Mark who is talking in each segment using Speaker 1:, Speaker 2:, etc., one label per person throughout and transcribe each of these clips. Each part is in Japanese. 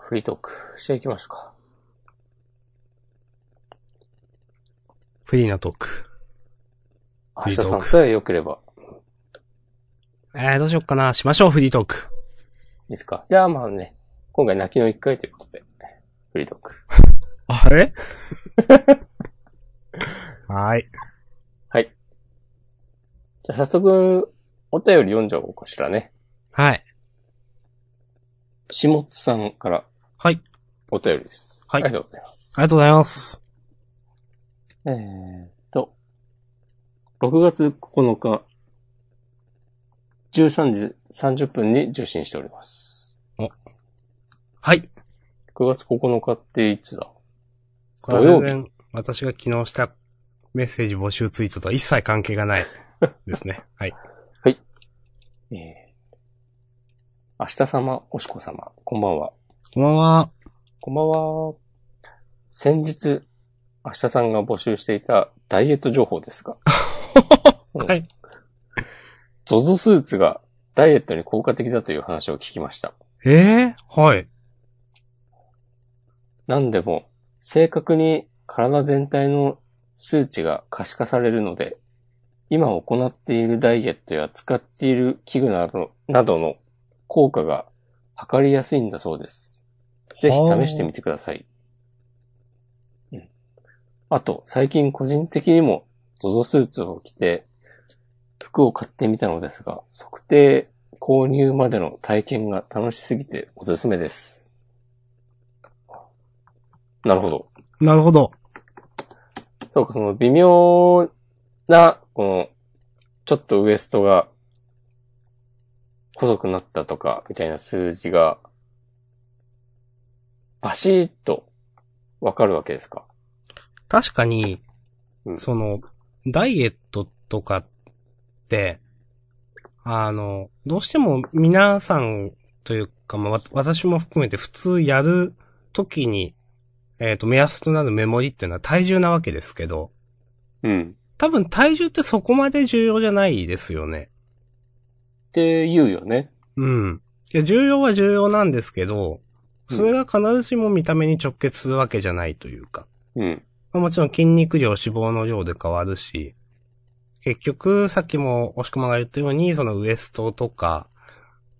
Speaker 1: フリートークしていきますか。
Speaker 2: フリーなトーク。
Speaker 1: 明
Speaker 2: フリ
Speaker 1: 日
Speaker 2: ートーク
Speaker 1: さんさえ良ければ
Speaker 2: えー、どうしよっかな。しましょう、フリートーク。
Speaker 1: いいですか。じゃあまあね、今回泣きの一回ということで、フリートーク。
Speaker 2: あ れはーい。
Speaker 1: じゃあ早速、お便り読んじゃおうかしらね。
Speaker 2: はい。
Speaker 1: 下津さんから
Speaker 2: はい。あり
Speaker 1: お便りです。
Speaker 2: はい
Speaker 1: ありがとうございます。
Speaker 2: がとうございます。
Speaker 1: えーっと、6月9日、13時30分に受信しております。
Speaker 2: はい。
Speaker 1: 9月9日っていつだ
Speaker 2: これ
Speaker 1: 土曜
Speaker 2: は
Speaker 1: 日
Speaker 2: 全然私が昨日したメッセージ募集ツイートとは一切関係がないですね。はい。
Speaker 1: えー、明日様、おしこ様、こんばんは。
Speaker 2: こんばんは。
Speaker 1: こんばんは。先日、明日さんが募集していたダイエット情報ですが、 う
Speaker 2: は
Speaker 1: ん
Speaker 2: い。
Speaker 1: ゾゾスーツがダイエットに効果的だという話を聞きました。
Speaker 2: ええー、はい。
Speaker 1: なんでも、正確に体全体の数値が可視化されるので、今行っているダイエットや使っている器具などなどの効果が測りやすいんだそうです。ぜひ試してみてください。うんあと、最近個人的にも ZOZO スーツを着て服を買ってみたのですが、測定購入までの体験が楽しすぎておすすめです。なるほど。
Speaker 2: なるほど。
Speaker 1: そうか、その微妙な、この、ちょっとウエストが細くなったとか、みたいな数字が、バシッとわかるわけですか。
Speaker 2: 確かに、
Speaker 1: うん
Speaker 2: その、ダイエットとかって、あの、どうしても皆さんというか、まあ、わ私も含めて普通やるときに、えっ、と、目安となるメモリっていうのは体重なわけですけど、
Speaker 1: うん。
Speaker 2: 多分体重ってそこまで重要じゃないですよね。
Speaker 1: って言うよね。
Speaker 2: うん。いや、重要は重要なんですけど、
Speaker 1: うん
Speaker 2: それが必ずしも見た目に直結するわけじゃないというか。
Speaker 1: うん。
Speaker 2: まあもちろん筋肉量、脂肪の量で変わるし、結局、さっきも押し込まが言ったように、そのウエストとか、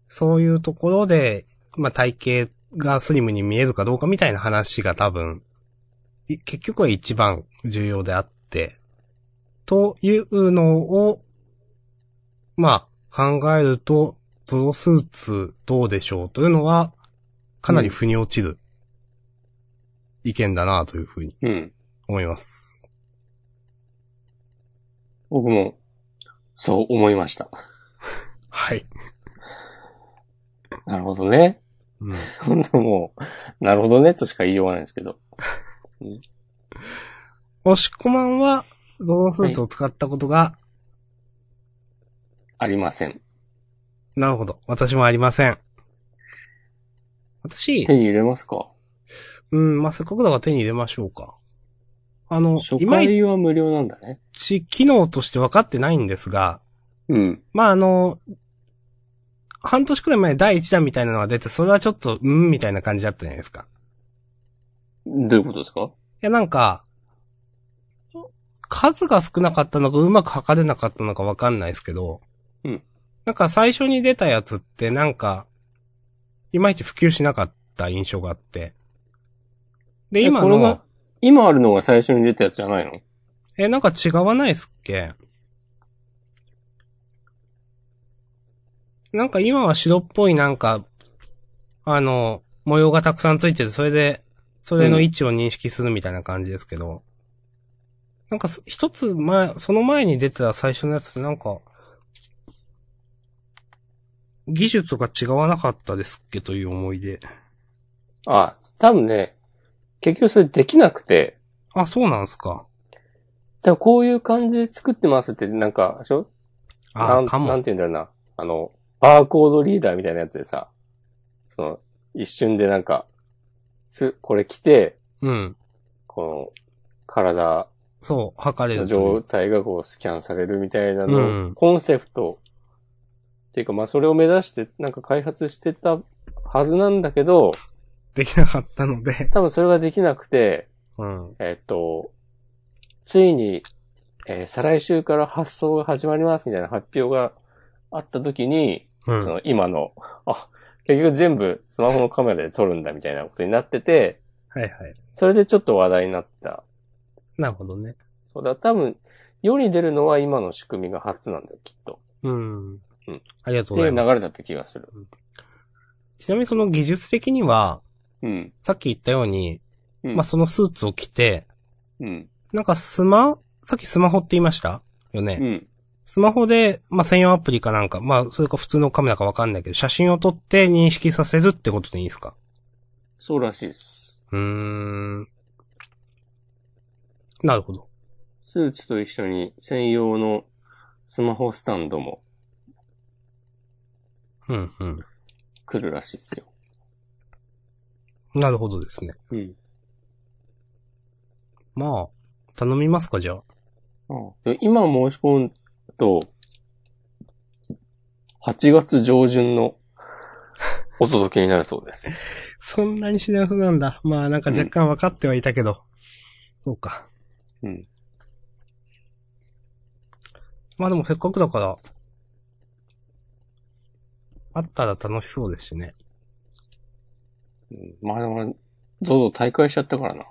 Speaker 2: そういうところで、まあ体型がスリムに見えるかどうかみたいな話が多分、い結局は一番重要であって、というのを、まあ考えると、ゾゾスーツどうでしょうというのは、かなり腑に落ちる意見だなというふうに
Speaker 1: うん。
Speaker 2: 思います。
Speaker 1: 僕も、そう思いました。
Speaker 2: はい。
Speaker 1: なるほどね。
Speaker 2: うん。
Speaker 1: 本当もう、なるほどね、としか言いようがないんですけど。
Speaker 2: 押し込まんは、ゾロスーツを使ったことが、
Speaker 1: ありません。
Speaker 2: なるほど。私もありません。私
Speaker 1: 手、に入れますか
Speaker 2: うん、まあ、せっかくだから手に入れましょうか。あの、
Speaker 1: 初
Speaker 2: いまい
Speaker 1: 回は無料なんだね。
Speaker 2: ち機能として分かってないんですが、
Speaker 1: うん。
Speaker 2: まあ、あの、半年くらい前第1弾みたいなのが出て、それはちょっと、うん、みたいな感じだったじゃないですか。
Speaker 1: どういうことですか
Speaker 2: いや、なんか、数が少なかったのか、うまく測れなかったのかわかんないですけど、
Speaker 1: うん
Speaker 2: なんか最初に出たやつって、なんか、いまいち普及しなかった印象があって。で、
Speaker 1: え
Speaker 2: 今
Speaker 1: これが
Speaker 2: の、
Speaker 1: 今あるのが最初に出たやつじゃないの
Speaker 2: え、なんか違わないっすっけなんか今は白っぽいなんか、あの、模様がたくさんついてて、それで、それの位置を認識するみたいな感じですけど、なんかす一つ前、その前に出てた最初のやつってなんか、技術が違わなかったですっけという思いで。
Speaker 1: あ、多分ね、結局それできなくて、
Speaker 2: あ、そうなんすか。
Speaker 1: 多分こういう感じで作ってますって、なんか、でしょな
Speaker 2: あ、
Speaker 1: ん
Speaker 2: か
Speaker 1: な
Speaker 2: も
Speaker 1: ん。て言うんだろうな。あの、バーコードリーダーみたいなやつでさ、その、一瞬でなんか、す、これ来て、
Speaker 2: うん。
Speaker 1: この、体
Speaker 2: そう、測れ
Speaker 1: の
Speaker 2: るとい
Speaker 1: 状
Speaker 2: う。
Speaker 1: 態がこうスキャンされるみたいなの、
Speaker 2: うん
Speaker 1: コンセプト、っていうかまあそれを目指してなんか開発してたはずなんだけど、
Speaker 2: できなかったので、
Speaker 1: 多分それができなくて、
Speaker 2: うん。
Speaker 1: えっと、ついに、えー再来週から発送が始まりますみたいな発表があった時に、
Speaker 2: うん
Speaker 1: そ。の今の、あ、結局全部スマホのカメラで撮るんだみたいなことになってて、
Speaker 2: はいはい。
Speaker 1: それでちょっと話題になった。
Speaker 2: なるほどね。
Speaker 1: そうだ、多分、世に出るのは今の仕組みが初なんだよ、きっと。
Speaker 2: うん。
Speaker 1: うん
Speaker 2: ありがと
Speaker 1: っ
Speaker 2: う
Speaker 1: て
Speaker 2: ご
Speaker 1: い
Speaker 2: ざ
Speaker 1: う
Speaker 2: います。
Speaker 1: 流れだった気がする。
Speaker 2: ちなみにその技術的には、
Speaker 1: うん。
Speaker 2: さっき言ったように、
Speaker 1: うん
Speaker 2: まあ、そのスーツを着て、
Speaker 1: うん。
Speaker 2: なんかスマ、さっきスマホって言いましたよね。
Speaker 1: うん。
Speaker 2: スマホで、まあ、専用アプリかなんか、まあ、それか普通のカメラかわかんないけど、写真を撮って認識させるってことでいいですか
Speaker 1: そうらしいです。
Speaker 2: うーん。なるほど。
Speaker 1: スーツと一緒に専用のスマホスタンドも
Speaker 2: うん、うん。
Speaker 1: 来るらしいですよ。
Speaker 2: なるほどですね。
Speaker 1: うん。
Speaker 2: まあ、頼みますか、じゃあ。
Speaker 1: で今申し込むと、8月上旬のお届けになるそうです。
Speaker 2: そんなに品薄なんだ。まあなんか若干分かってはいたけど。そうか。
Speaker 1: うん。
Speaker 2: まあでもせっかくだから、あったら楽しそうですしね。
Speaker 1: うんまあでも、ゾゾ大会しちゃったからな。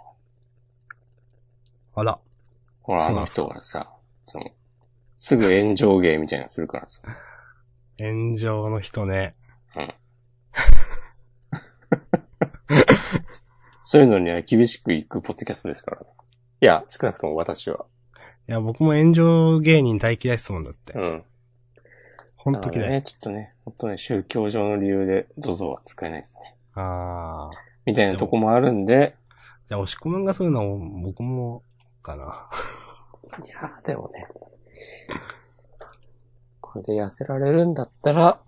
Speaker 2: あら。
Speaker 1: ほら、
Speaker 2: そ
Speaker 1: あ
Speaker 2: うな
Speaker 1: の
Speaker 2: んですか
Speaker 1: 人がさ、その、すぐ炎上芸みたいなのするからさ。
Speaker 2: 炎上の人ね。
Speaker 1: そういうのには厳しくいくポッドキャストですからね。いや、少なくとも私は。
Speaker 2: いや、僕も炎上芸人大嫌いですもんだって
Speaker 1: う。ん。
Speaker 2: ほんと
Speaker 1: なの
Speaker 2: 嫌
Speaker 1: で
Speaker 2: い。
Speaker 1: ね、ちょっとね、本当ね、宗教上の理由でゾゾは使えないですね。
Speaker 2: ああ。
Speaker 1: みたいなとこもあるんで、
Speaker 2: じゃあ、押し込むんがそういうのを僕も、かな。
Speaker 1: いやーでもね、これで痩せられるんだったら、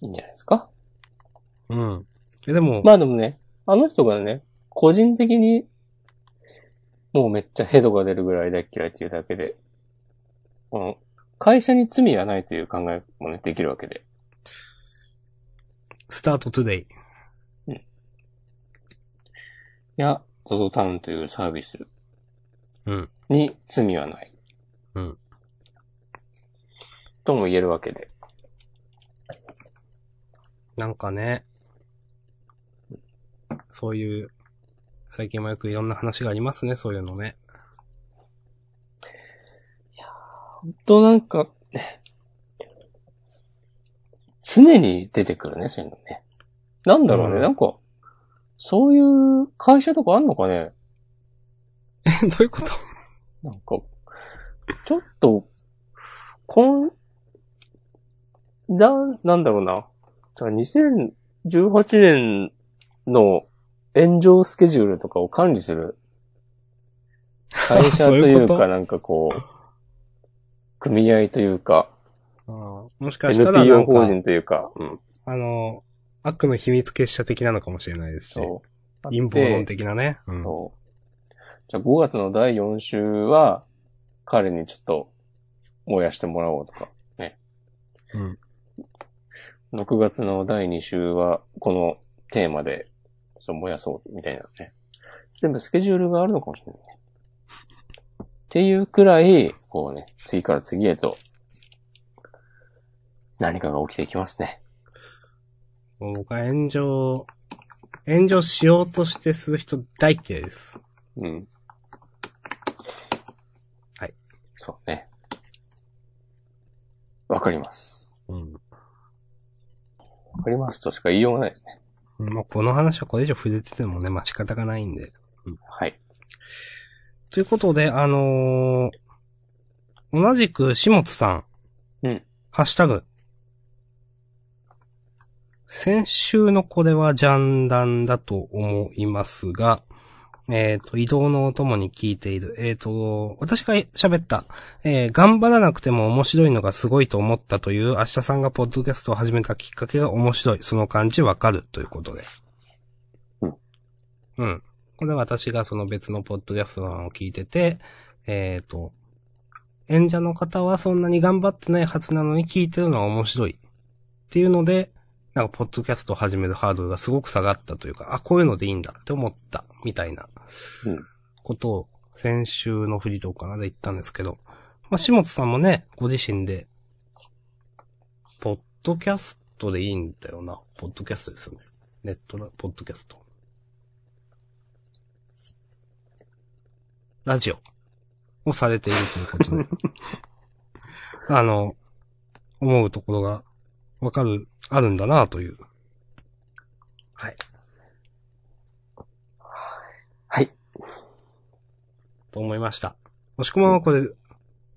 Speaker 1: いいんじゃないですか
Speaker 2: うん。え、でも、
Speaker 1: まあでもね、あの人がね、個人的に、もうめっちゃヘドが出るぐらい大っ嫌いっていうだけで、この、会社に罪はないという考えもね、できるわけで。
Speaker 2: スタートトゥデイ。
Speaker 1: いや、ZOZO タウンというサービス
Speaker 2: うん。
Speaker 1: に罪はない。
Speaker 2: うん。
Speaker 1: とも言えるわけで。
Speaker 2: なんかね、そういう、最近もよくいろんな話がありますね、そういうのね。
Speaker 1: となんか、常に出てくるね、そういうのね。なんだろうね、
Speaker 2: うん
Speaker 1: なんか、そういう会社とかあんのかね
Speaker 2: どういうこと
Speaker 1: なんか、ちょっと、こん、な、なんだろうな。じゃあ2018年の炎上スケジュールとかを管理する会社
Speaker 2: そ
Speaker 1: と
Speaker 2: うい
Speaker 1: いうう
Speaker 2: こと
Speaker 1: か、なんかこう、組合というか、
Speaker 2: もしかしたらな
Speaker 1: NPO
Speaker 2: ん
Speaker 1: 法
Speaker 2: か、
Speaker 1: 人というか、うん、
Speaker 2: あの、悪の秘密結社的なのかもしれないですし、
Speaker 1: そう。
Speaker 2: 陰謀論的なね。うん、
Speaker 1: そう。じゃあ5月の第4週は、彼にちょっと燃やしてもらおうとか、ね。
Speaker 2: うん。
Speaker 1: 6月の第2週は、このテーマで、そう燃やそう、みたいなね。全部スケジュールがあるのかもしれないね。っていうくらい、こうね、次から次へと、何かが起きていきますね。
Speaker 2: もう僕は炎上、炎上しようとしてする人大嫌いです。
Speaker 1: うん。
Speaker 2: はい。
Speaker 1: そうね。わかります。
Speaker 2: うん。
Speaker 1: わかりますとしか言いようがないですね。
Speaker 2: まあ、この話はこれ以上触れててもね、まあ仕方がないんで。
Speaker 1: はい。
Speaker 2: ということで、あのー同じく、しもつさん。
Speaker 1: うん
Speaker 2: ハッシュタグ。先週のこれはジャンダンだと思いますが、えっ、と、移動のお供に聞いている。えっ、と、私が喋った、えー頑張らなくても面白いのがすごいと思ったという、明日さんがポッドキャストを始めたきっかけが面白い。その感じわかる。ということで。
Speaker 1: うん。
Speaker 2: うん。これは私がその別のポッドキャストのを聞いてて、えっ、と、演者の方はそんなに頑張ってないはずなのに聞いてるのは面白い。っていうので、なんか、ポッドキャストを始めるハードルがすごく下がったというか、あ、こういうのでいいんだって思った、みたいな
Speaker 1: うん、
Speaker 2: ことを、先週のフリートークかなで言ったんですけど、まあ、下津さんもね、ご自身で、ポッドキャストでいいんだよな。ポッドキャストですよね。ネットラ、ポッドキャスト。ラジオをされているということで。 あの、思うところがわかる、あるんだなという。はい。
Speaker 1: はい。
Speaker 2: と思いました。もしくもこれ、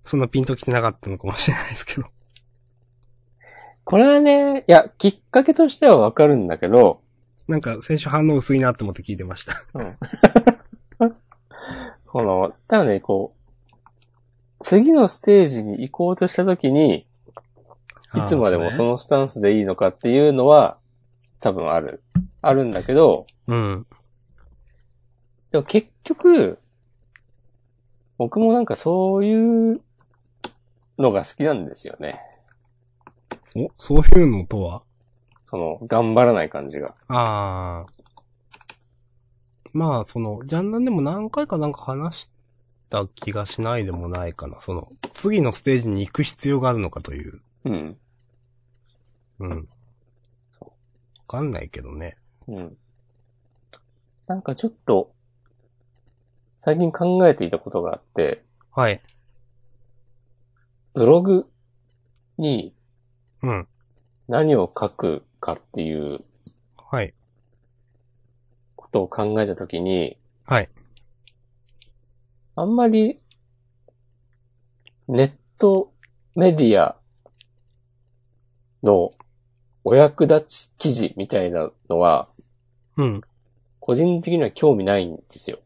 Speaker 2: そんなピンときてなかったのかもしれないですけど。
Speaker 1: これはね、いや、きっかけとしてはわかるんだけど、
Speaker 2: なんか先週反応薄いなって思って聞いてました。
Speaker 1: この、多分ね、こう、次のステージに行こうとしたときに、 いつまでもそ
Speaker 2: の。
Speaker 1: のスタンスでいいのかっていうのは、多分ある。あるんだけど、
Speaker 2: うん。
Speaker 1: でも結局、僕もなんかそういうのが好きなんですよね。
Speaker 2: お、そういうのとは
Speaker 1: その、頑張らない感じが。
Speaker 2: ああ。まあ、その、ジャンダンでも何回かなんか話した気がしないでもないかな。その、次のステージに行く必要があるのかという。
Speaker 1: うん。
Speaker 2: うん。わかんないけどね。
Speaker 1: うん。なんかちょっと、最近考えていたことがあって、
Speaker 2: はい。
Speaker 1: ブログに
Speaker 2: うん。
Speaker 1: 何を書くかっていう
Speaker 2: はい。
Speaker 1: ことを考えたときに、
Speaker 2: はい。
Speaker 1: あんまり、ネットメディアのお役立ち記事みたいなのは、
Speaker 2: うん。
Speaker 1: 個人的には興味ないんですよ。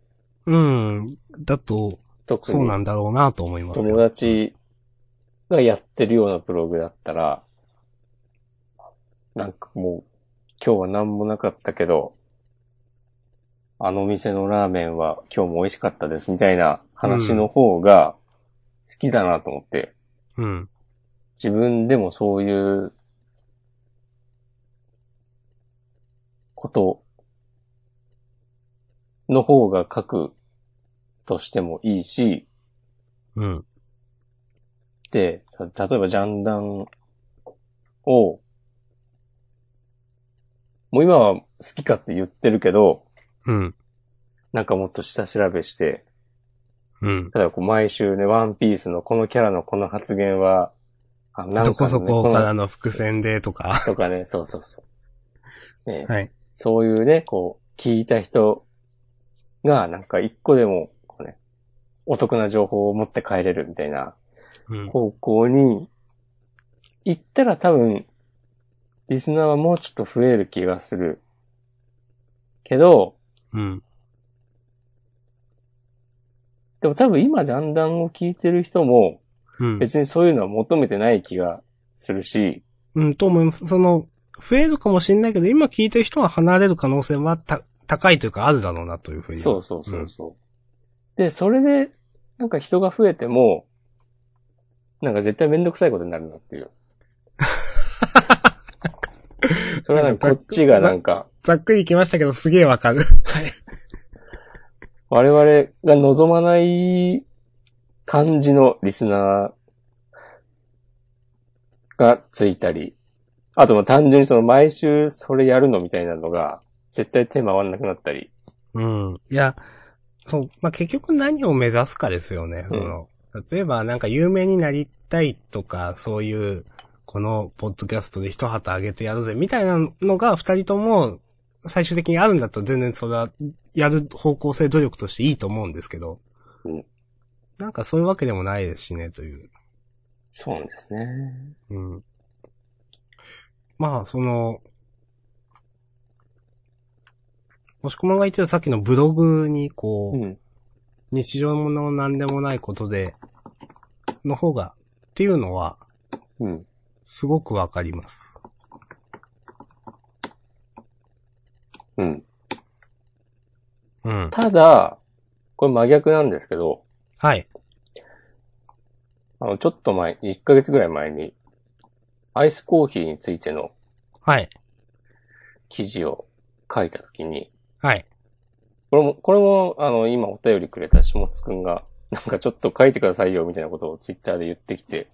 Speaker 2: うん。だと、
Speaker 1: 特
Speaker 2: そう
Speaker 1: に
Speaker 2: なんだろうなと思います
Speaker 1: 友
Speaker 2: よ。
Speaker 1: 達がやってるようなブログだったら、なんかもう、今日は何もなかったけど、あの店のラーメンは今日も美味しかったですみたいな話の方が好きだなと思って、
Speaker 2: うん。
Speaker 1: 自分でもそういうことの方が書くとしてもいいし、
Speaker 2: うん。
Speaker 1: で、た例えばジャンダンを、もう今は好きかって言ってるけど、
Speaker 2: うん。
Speaker 1: なんかもっと下調べして、
Speaker 2: うん。
Speaker 1: 例えばこう毎週ね、ワンピースのこのキャラのこの発言は、あ、なんか、ね、
Speaker 2: どこそこから
Speaker 1: の
Speaker 2: の伏線でとか。
Speaker 1: とかね、そうそうそう。ね、
Speaker 2: はい。
Speaker 1: そういうね、こう、聞いた人が、なんか一個でも、こうね、お得な情報を持って帰れるみたいな
Speaker 2: うん。
Speaker 1: 方向に行ったら多分、リスナーはもうちょっと増える気がする。けど、
Speaker 2: うん。
Speaker 1: でも多分今ジャンダンを聞いてる人も
Speaker 2: うん。
Speaker 1: 別にそういうのは求めてない気がするし、
Speaker 2: うん、と思います。その、増えるかもしれないけど、今聞いてる人は離れる可能性はた高いというか、あるだろうなというふうに。
Speaker 1: そうそうそうそう。で、それでなんか人が増えても、なんか絶対めんどくさいことになるな っていう。それはなんかこっちがなんか、
Speaker 2: ざっくりいきましたけど、すげえわかる。
Speaker 1: 我々が望まない感じのリスナーがついたり、あともう単純にその毎週それやるのみたいなのが絶対手回らなくなったり。
Speaker 2: うん。いや、そう、まあ、結局何を目指すかですよね。その、例えばなんか有名になりたいとか、そういう、このポッドキャストで一旗あげてやるぜ、みたいなのが二人とも、最終的にあるんだったら全然それは、やる方向性努力としていいと思うんですけど。
Speaker 1: うん
Speaker 2: なんかそういうわけでもないですしね、という。
Speaker 1: そうなんですね。
Speaker 2: うん。まあ、その、もしこまんが言ってたさっきのブログに、こう、
Speaker 1: うん。
Speaker 2: 日常もの何でもないことで、の方が、っていうのは、
Speaker 1: うん。
Speaker 2: すごくわかります。
Speaker 1: うん。
Speaker 2: うん。
Speaker 1: ただ、これ真逆なんですけど、
Speaker 2: はい。
Speaker 1: あの、ちょっと前、1ヶ月ぐらい前に、アイスコーヒーについての
Speaker 2: はい。
Speaker 1: 記事を書いたときに、
Speaker 2: はい。
Speaker 1: これも、これも、あの、今お便りくれた下津くんが、なんかちょっと書いてくださいよ、みたいなことをツイッターで言ってきて、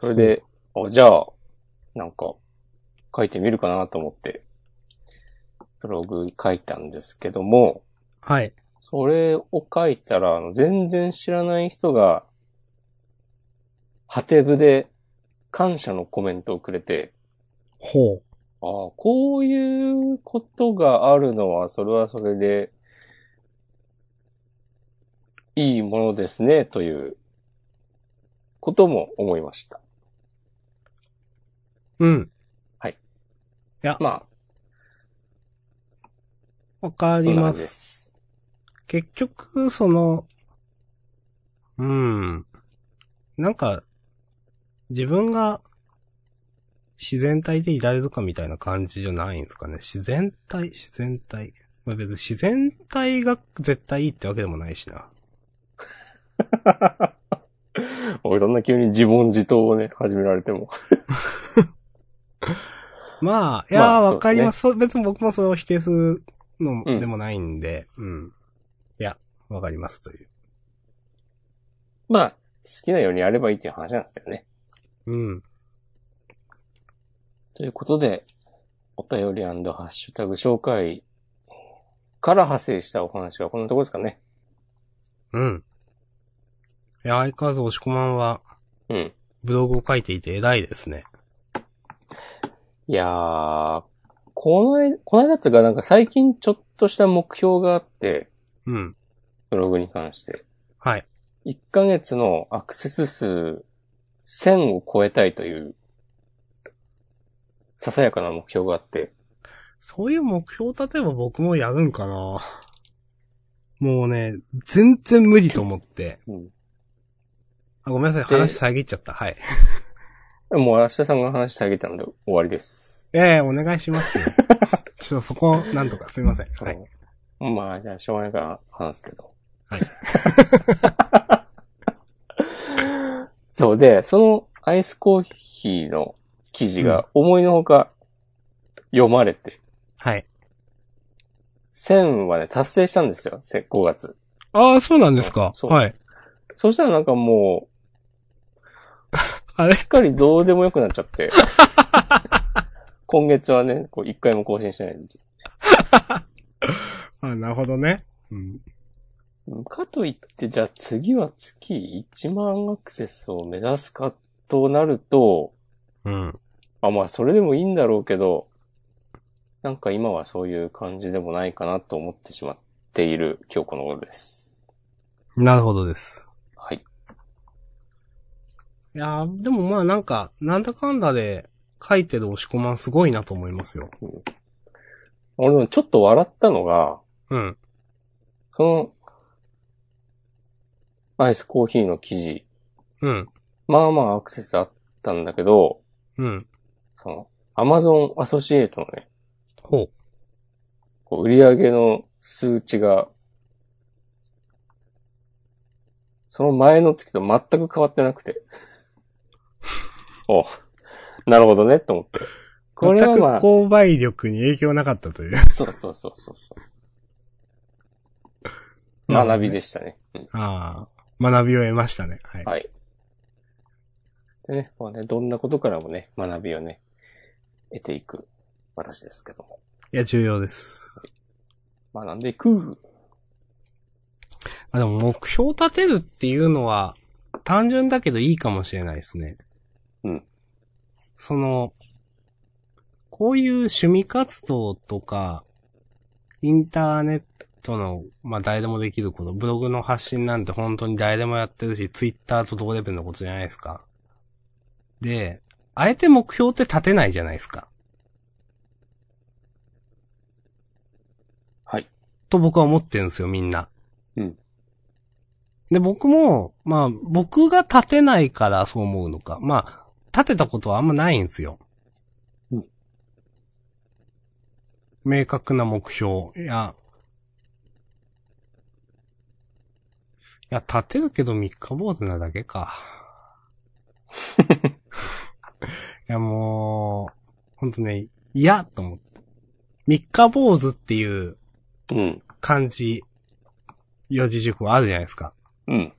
Speaker 1: それで、あ、じゃあ、なんか、書いてみるかなと思って、ブログ書いたんですけども、
Speaker 2: はい。
Speaker 1: それを書いたら、あの全然知らない人が、ハテブで感謝のコメントをくれて、
Speaker 2: ほう。
Speaker 1: ああ、こういうことがあるのは、それはそれで、いいものですね、という、ことも思いました。
Speaker 2: うん。
Speaker 1: ま
Speaker 2: わか
Speaker 1: あ、そ
Speaker 2: り
Speaker 1: んな
Speaker 2: ま
Speaker 1: 感じ
Speaker 2: す
Speaker 1: で。す。
Speaker 2: 結局、その、うん。なんか、自分が自然体でいられるかみたいな感じじゃないんですかね。自然体、自然体。まあ、別に自然体が絶対いいってわけでもないしな。
Speaker 1: 俺そんな急に自問自答をね、始められても。
Speaker 2: まあ、い
Speaker 1: ま
Speaker 2: や
Speaker 1: あ
Speaker 2: ー、わかります。そう別に僕もそれを否定するの
Speaker 1: うん
Speaker 2: でもないんで、うん。いや、わかりますという。
Speaker 1: まあ、好きなようにやればいいっていう話なんですけどね。
Speaker 2: うん。
Speaker 1: ということで、お便りハッシュタグ紹介から派生したお話はこんなところですかね。
Speaker 2: うん。いや、相変わらず押し込まんは、
Speaker 1: うん。
Speaker 2: ブログを書いていて偉いですね。
Speaker 1: いやー、この間、この間っていうかなんか最近ちょっとした目標があって、
Speaker 2: うん。
Speaker 1: ブログに関して。
Speaker 2: はい。
Speaker 1: 1ヶ月のアクセス数1000を超えたいという、ささやかな目標があって、
Speaker 2: そういう目標立てば僕もやるんかな。もうね、全然無理と思って。
Speaker 1: うん
Speaker 2: あ、ごめんなさい。話遮っちゃった。はい。
Speaker 1: もう明日さんが話してあげたので終わりです。
Speaker 2: ええお願いし ますよ。ちょっとそこ、なんとかすいません。
Speaker 1: そう
Speaker 2: はい。
Speaker 1: まあ、じゃあ、しょうがないから話すけど。
Speaker 2: はい。
Speaker 1: そうで、そのアイスコーヒーの記事が思いのほか読まれて、
Speaker 2: はい。
Speaker 1: 1000はね、達成したんですよ、せ5月。
Speaker 2: ああ、そうなんですか。
Speaker 1: そう
Speaker 2: はい。
Speaker 1: そしたらなんかもう、
Speaker 2: あれ
Speaker 1: しっかりどうでもよくなっちゃ って。今月はね、こう、一回も更新してないんで
Speaker 2: あなるほどね。うん。
Speaker 1: かといって、じゃあ次は月1万アクセスを目指すかとなると、
Speaker 2: うん。
Speaker 1: あ、まあ、それでもいいんだろうけど、なんか今はそういう感じでもないかなと思ってしまっている今日この頃です。
Speaker 2: なるほどです。
Speaker 1: はい。
Speaker 2: いやーでもまあなんか、なんだかんだで書いてる押し込まんすごいなと思いますよ。
Speaker 1: 俺でもちょっと笑ったのが、
Speaker 2: うん。
Speaker 1: その、アイスコーヒーの記事、
Speaker 2: うん。
Speaker 1: まあまあアクセスあったんだけど、
Speaker 2: うん。
Speaker 1: その、アマゾンアソシエイトのね、
Speaker 2: ほう。
Speaker 1: こう売り上げの数値が、その前の月と全く変わってなくて。おなるほどね、と思って。これはまあ
Speaker 2: 全く、購買力に影響なかったという。
Speaker 1: そうそうそうそうそう。学びでしたね。うん
Speaker 2: ああ、学びを得ましたね。はい。
Speaker 1: はい。でね、まあね、どんなことからもね、学びをね、得ていく私ですけども。
Speaker 2: いや、重要です。
Speaker 1: 学んでいく。
Speaker 2: あ、でも目標立てるっていうのは、単純だけどいいかもしれないですね。
Speaker 1: うん。
Speaker 2: その、こういう趣味活動とか、インターネットの、まあ、誰でもできること、ブログの発信なんて本当に誰でもやってるし、ツイッターと同レベルのことじゃないですか。で、あえて目標って立てないじゃないですか。
Speaker 1: はい。
Speaker 2: と僕は思ってるんですよ、みんな。
Speaker 1: うん。
Speaker 2: で、僕も、まあ、僕が立てないからそう思うのか。まあ、立てたことはあんまないんですよ。
Speaker 1: うん。
Speaker 2: 明確な目標。いや、いや、立てるけど三日坊主なだ けか。いや、もう、ほんとね、嫌と思って。三日坊主っていう
Speaker 1: うん。
Speaker 2: 漢字、四字熟語あるじゃないですか。
Speaker 1: うん。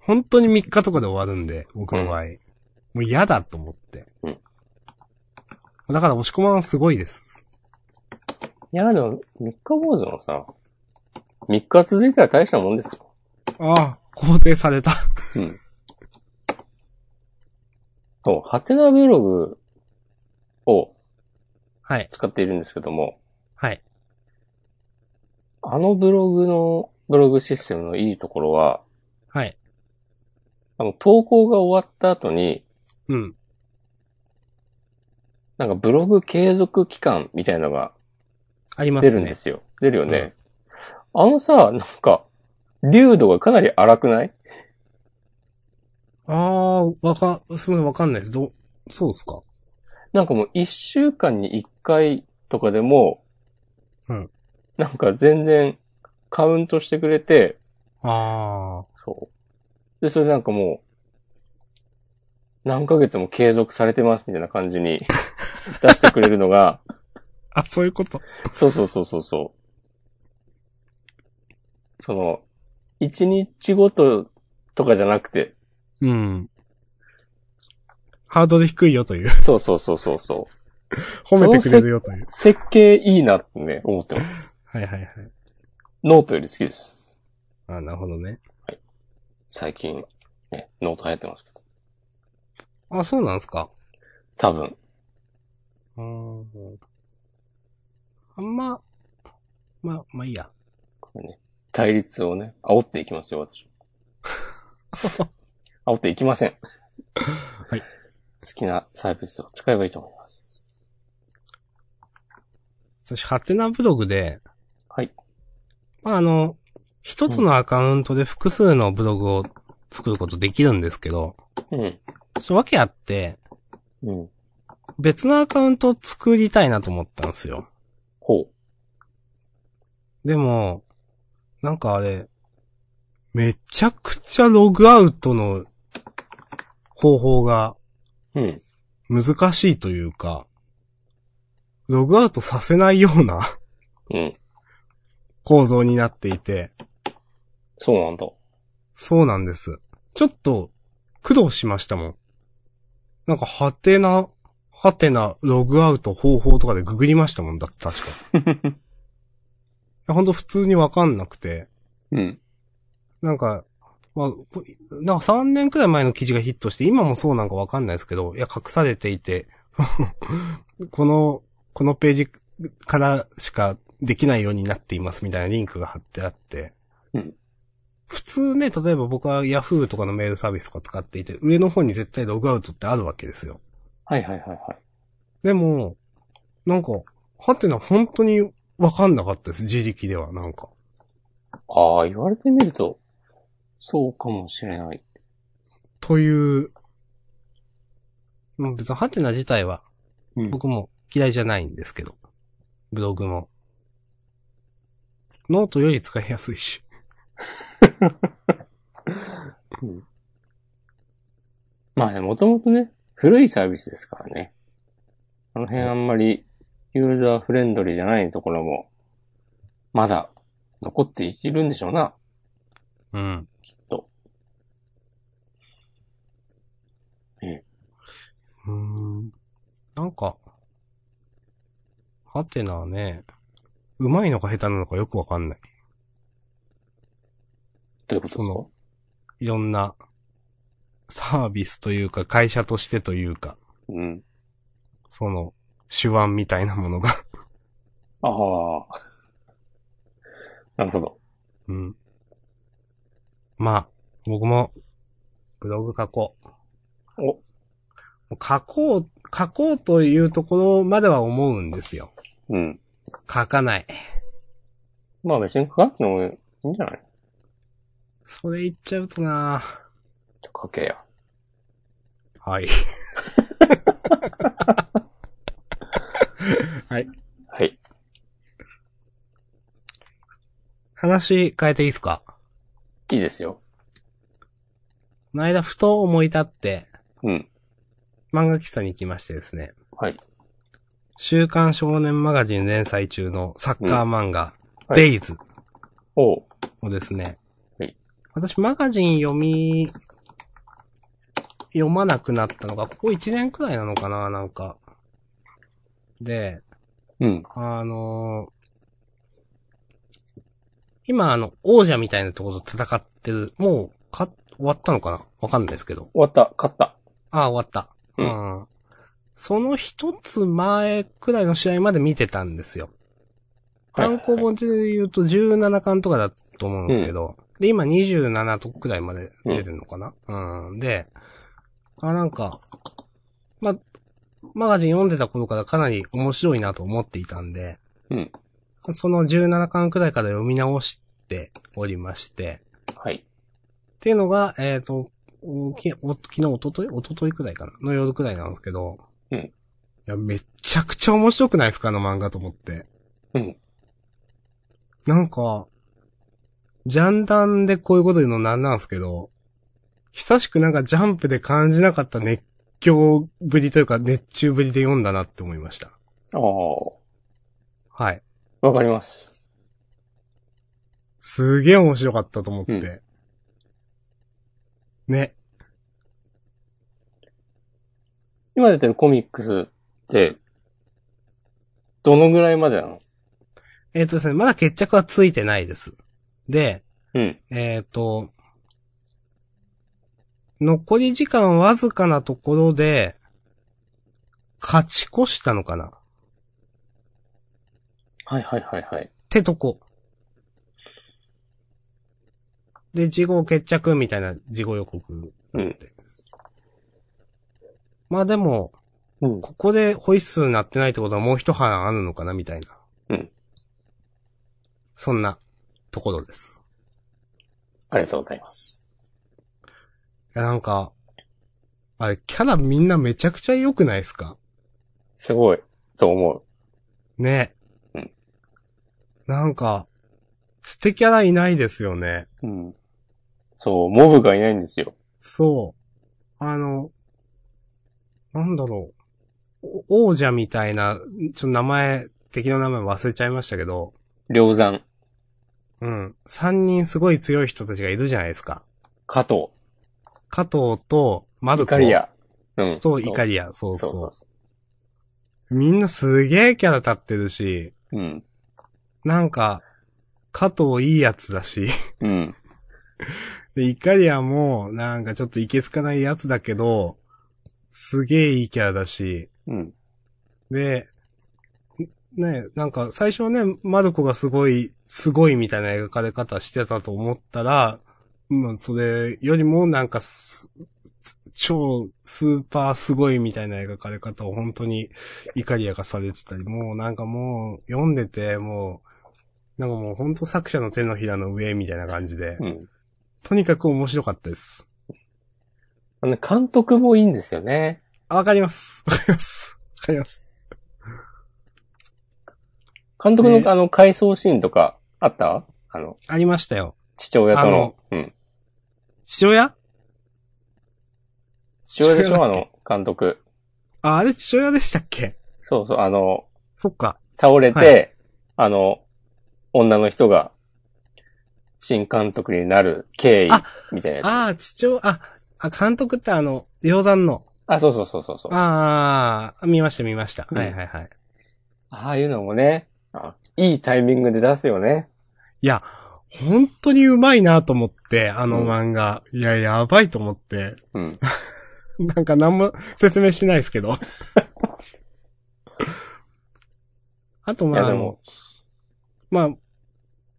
Speaker 2: 本当に3日とかで終わるんで、僕の場合。もう嫌だと思って。
Speaker 1: うん
Speaker 2: だから押し込まんすごいです。
Speaker 1: いや、でも、三日坊主もさ、三日続いたら大したもんですよ。
Speaker 2: ああ、肯定された。
Speaker 1: うん。と、ハテナブログを
Speaker 2: はい。
Speaker 1: 使っているんですけども、
Speaker 2: はい。
Speaker 1: あのブログの、ブログシステムのいいところは、
Speaker 2: はい。
Speaker 1: あの、投稿が終わった後に、
Speaker 2: うん。
Speaker 1: なんかブログ継続期間みたいなのが
Speaker 2: ありま
Speaker 1: 出
Speaker 2: す
Speaker 1: るんで
Speaker 2: ね。
Speaker 1: すよ。出るよね。あのさ、なんか、流度がかなり荒くない
Speaker 2: ああ、わか、すみません、わかんないです。どう、そうですか
Speaker 1: なんかもう一週間に一回とかでも、
Speaker 2: うん
Speaker 1: なんか全然カウントしてくれて、
Speaker 2: あ
Speaker 1: そう。で、それなんかもう、何ヶ月も継続されてますみたいな感じ に出してくれるのが、
Speaker 2: あ。あ、そういうこと。
Speaker 1: そうそうそうそうそう。その、一日ごととかじゃなくて、
Speaker 2: うん。ハードル低いよという。
Speaker 1: そうそうそうそうそう。
Speaker 2: 褒めてくれるよという。
Speaker 1: 設計いいなってね、思ってます。
Speaker 2: はいはいはい。
Speaker 1: ノートより好きです。
Speaker 2: あなるほどね。
Speaker 1: 最近、ね、ノート流行ってますけど。
Speaker 2: あ、そうなんですか
Speaker 1: 多分。
Speaker 2: あーあんま、まあ、まあいいや。
Speaker 1: これね、対立をね、煽っていきますよ、私。 煽っていきません。
Speaker 2: はい。
Speaker 1: 好きなサービスを使えばいいと思います。
Speaker 2: 私、ハテナブログで、
Speaker 1: はい。
Speaker 2: まあ、あの、一つのアカウントで複数のブログを作ることできるんですけど、
Speaker 1: うん。
Speaker 2: そうわけあって、
Speaker 1: うん。
Speaker 2: 別のアカウントを作りたいなと思ったんですよ。
Speaker 1: ほう。
Speaker 2: でも、なんかあれ、めちゃくちゃログアウトの方法が
Speaker 1: うん。
Speaker 2: 難しいというか、ログアウトさせないような
Speaker 1: うん。
Speaker 2: 構造になっていて、
Speaker 1: そうなんだ。
Speaker 2: そうなんです。ちょっと、苦労しましたもん。なんか、はてな、はてな、ログアウト方法とかでググりましたもんだって確か。いやほんと普通にわかんなくて。
Speaker 1: うん。
Speaker 2: なんか、まあ、こなんか3年くらい前の記事がヒットして、今もそうなんかわかんないですけど、いや、隠されていて、 そのこの、このページからしかできないようになっていますみたいなリンクが貼ってあって、
Speaker 1: うん
Speaker 2: 普通ね、例えば僕は Yahoo とかのメールサービスとか使っていて、上の方に絶対ログアウトってあるわけですよ。
Speaker 1: はいはいはいはい。
Speaker 2: でも、なんか、はてな本当にわかんなかったです、自力では、なんか。
Speaker 1: ああ、言われてみると、そうかもしれない。
Speaker 2: という、まあ別にハテナ自体は
Speaker 1: うん
Speaker 2: 僕も嫌いじゃないんですけど、ブログも。ノートより使いやすいし。
Speaker 1: まあね、もともとね、古いサービスですからね。あの辺あんまりユーザーフレンドリーじゃないところも、まだ残っているんでしょうな。
Speaker 2: うん。きっ
Speaker 1: と。うん
Speaker 2: うーん。なんか、ハテナはね、うまいのか下手なのかよくわかんない。
Speaker 1: どういうことです
Speaker 2: そ
Speaker 1: か
Speaker 2: のいろんな、サービスというか、会社としてというか、
Speaker 1: うん。
Speaker 2: その、手腕みたいなものが
Speaker 1: ああ。なるほど。
Speaker 2: うん。まあ、僕も、ブログ書こう。
Speaker 1: お
Speaker 2: もう書こう、書こうというところまでは思うんですよ。
Speaker 1: うん。
Speaker 2: 書かない。
Speaker 1: まあ別に書かなくてもいいんじゃない
Speaker 2: それ言っちゃうとな
Speaker 1: じゃあ書けや。
Speaker 2: はい。
Speaker 1: はい。
Speaker 2: 話変えていいですか
Speaker 1: いいですよ。
Speaker 2: この間、ふと思い立って、
Speaker 1: うん。
Speaker 2: 漫画喫茶に行きましてですね。
Speaker 1: はい。
Speaker 2: 週刊少年マガジン連載中のサッカー漫画、
Speaker 1: うんはい
Speaker 2: デイズ
Speaker 1: おう。
Speaker 2: をですね。
Speaker 1: はい
Speaker 2: 私、マガジン読み、読まなくなったのが、ここ1年くらいなのかな、なんか。で、
Speaker 1: うん。
Speaker 2: あのー今、あの、王者みたいなところと戦ってる、もう、か、終わったのかなわかんないですけど。
Speaker 1: 終わった。勝った。
Speaker 2: ああ、終わった。
Speaker 1: う
Speaker 2: うん。その一つ前くらいの試合まで見てたんですよ。
Speaker 1: はい
Speaker 2: 単行本で言うと17巻とかだと思うんですけど、で、今27とくらいまで出てるのかな、うん、で、あ、なんか、ま、マガジン読んでた頃からかなり面白いなと思っていたんで、
Speaker 1: うん
Speaker 2: その17巻くらいから読み直しておりまして、
Speaker 1: はい。
Speaker 2: っていうのが、えっ、と、おきお昨日、おととい、おとといくらいかなの夜くらいなんですけど。
Speaker 1: うん
Speaker 2: いや、めちゃくちゃ面白くないですかあの漫画と思って。
Speaker 1: うん。
Speaker 2: なんか、ジャンダンでこういうこと言うのなんなんですけど、久しくなんかジャンプで感じなかった熱狂ぶりというか熱中ぶりで読んだなって思いました。
Speaker 1: ああ。
Speaker 2: はい。
Speaker 1: わかります。
Speaker 2: すげえ面白かったと思って。
Speaker 1: う
Speaker 2: ね。
Speaker 1: 今出てるコミックスって、どのぐらいまでなの
Speaker 2: えっ、とですね、まだ決着はついてないです。で、
Speaker 1: うん。
Speaker 2: えっ、と、残り時間わずかなところで、勝ち越したのかなっ
Speaker 1: はいはいはいはい。
Speaker 2: てとこ。で、事後決着みたいな事後予告なんで。まあでも、
Speaker 1: うん。
Speaker 2: ここでホイッスルになってないってことはもう一花あるのかなみたいな。
Speaker 1: うん。
Speaker 2: そんなところです。
Speaker 1: ありがとうございます。
Speaker 2: いや、なんか、あれ、キャラみんなめちゃくちゃ良くないですか
Speaker 1: すごい、と思う。
Speaker 2: ね。
Speaker 1: うん
Speaker 2: なんか、捨てキャラいないですよね。
Speaker 1: うん。そう、モブがいないんですよ。
Speaker 2: そう。あの、なんだろう。お王者みたいな、ちょ、名前、敵の名前忘れちゃいましたけど、
Speaker 1: 梁山、
Speaker 2: うん。三人すごい強い人たちがいるじゃないですか。
Speaker 1: 加藤、
Speaker 2: 加藤と、マルコ。
Speaker 1: イカリ。ア。うん。
Speaker 2: そう、イカリア。そう
Speaker 1: そう
Speaker 2: そ
Speaker 1: そう
Speaker 2: う。
Speaker 1: そ
Speaker 2: みんなすげえキャラ立ってるし、
Speaker 1: う。うん。
Speaker 2: なんか、加藤いいやつだし、
Speaker 1: うん。
Speaker 2: で、イカリアも、なんかちょっといけすかないやつだけど、すげえいいキャラだし、
Speaker 1: うん。
Speaker 2: で、ね、なんか最初はね、マルコがすごい、すごいみたいな描かれ方してたと思ったら、まあ、それよりもなんかす、超スーパーすごいみたいな描かれ方を本当にイカリアがされてたり、もうなんかもう読んでて、もう、なんかもう本当作者の手のひらの上みたいな感じで、
Speaker 1: うん。
Speaker 2: とにかく面白かったです。
Speaker 1: あの、監督もいいんですよね。
Speaker 2: あわかります。わかります。わかります。
Speaker 1: 監督の、
Speaker 2: ね
Speaker 1: あの、回想シーンとか、あったあの、
Speaker 2: ありましたよ。
Speaker 1: 父親との。
Speaker 2: あの
Speaker 1: うん。
Speaker 2: 父親
Speaker 1: 父親でし
Speaker 2: 父
Speaker 1: ょあ
Speaker 2: 親だっ
Speaker 1: の、監督。
Speaker 2: あ、あれ父親でしたっけ
Speaker 1: そうそう、あの、
Speaker 2: そっか。
Speaker 1: 倒れて、
Speaker 2: は
Speaker 1: あの、女の人が、新監督になる経緯
Speaker 2: あ、
Speaker 1: みたいなやつ。あ
Speaker 2: ああ、父親、あ、あ、監督ってあの、洋山の。
Speaker 1: そうそうそうそうそう。あ
Speaker 2: ああ、見ました見ました。
Speaker 1: うん
Speaker 2: はいはいはい。
Speaker 1: あいうのもねあ、いいタイミングで出すよね。
Speaker 2: いや、本当にうまいなと思って、あの
Speaker 1: うん
Speaker 2: 漫画。いや、やばいと思って。
Speaker 1: うん。
Speaker 2: なんか何も 説明してないですけ ど。あと、
Speaker 1: い
Speaker 2: ま
Speaker 1: や、
Speaker 2: あ、あ
Speaker 1: で
Speaker 2: の
Speaker 1: も、、
Speaker 2: まあ、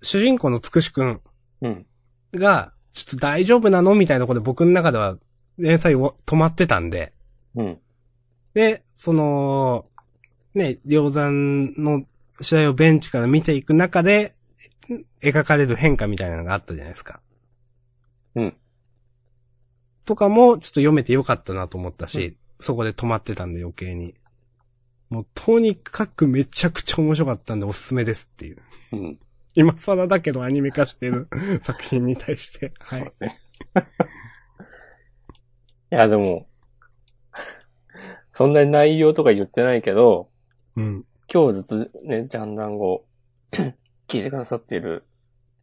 Speaker 2: 主人公のつくしくん。
Speaker 1: うん。
Speaker 2: が、ちょっと大丈夫なのみたいなことで僕の中では連載を止まってたんで。
Speaker 1: うん。
Speaker 2: で、その、ね、梁山の試合をベンチから見ていく中で、描かれる変化みたいなのがあったじゃないですか。
Speaker 1: うん。
Speaker 2: とかも、ちょっと読めてよかったなと思ったし、そこで止まってたんで余計に。もう、とにかくめちゃくちゃ面白かったんでおすすめですっていう。
Speaker 1: うん。
Speaker 2: 今更だけどアニメ化してる 作品に対して。はい。
Speaker 1: いや、でも、そんなに内容とか言ってないけど、
Speaker 2: うん。
Speaker 1: 今日ずっとね、ジャンダン語 聞いてくださっている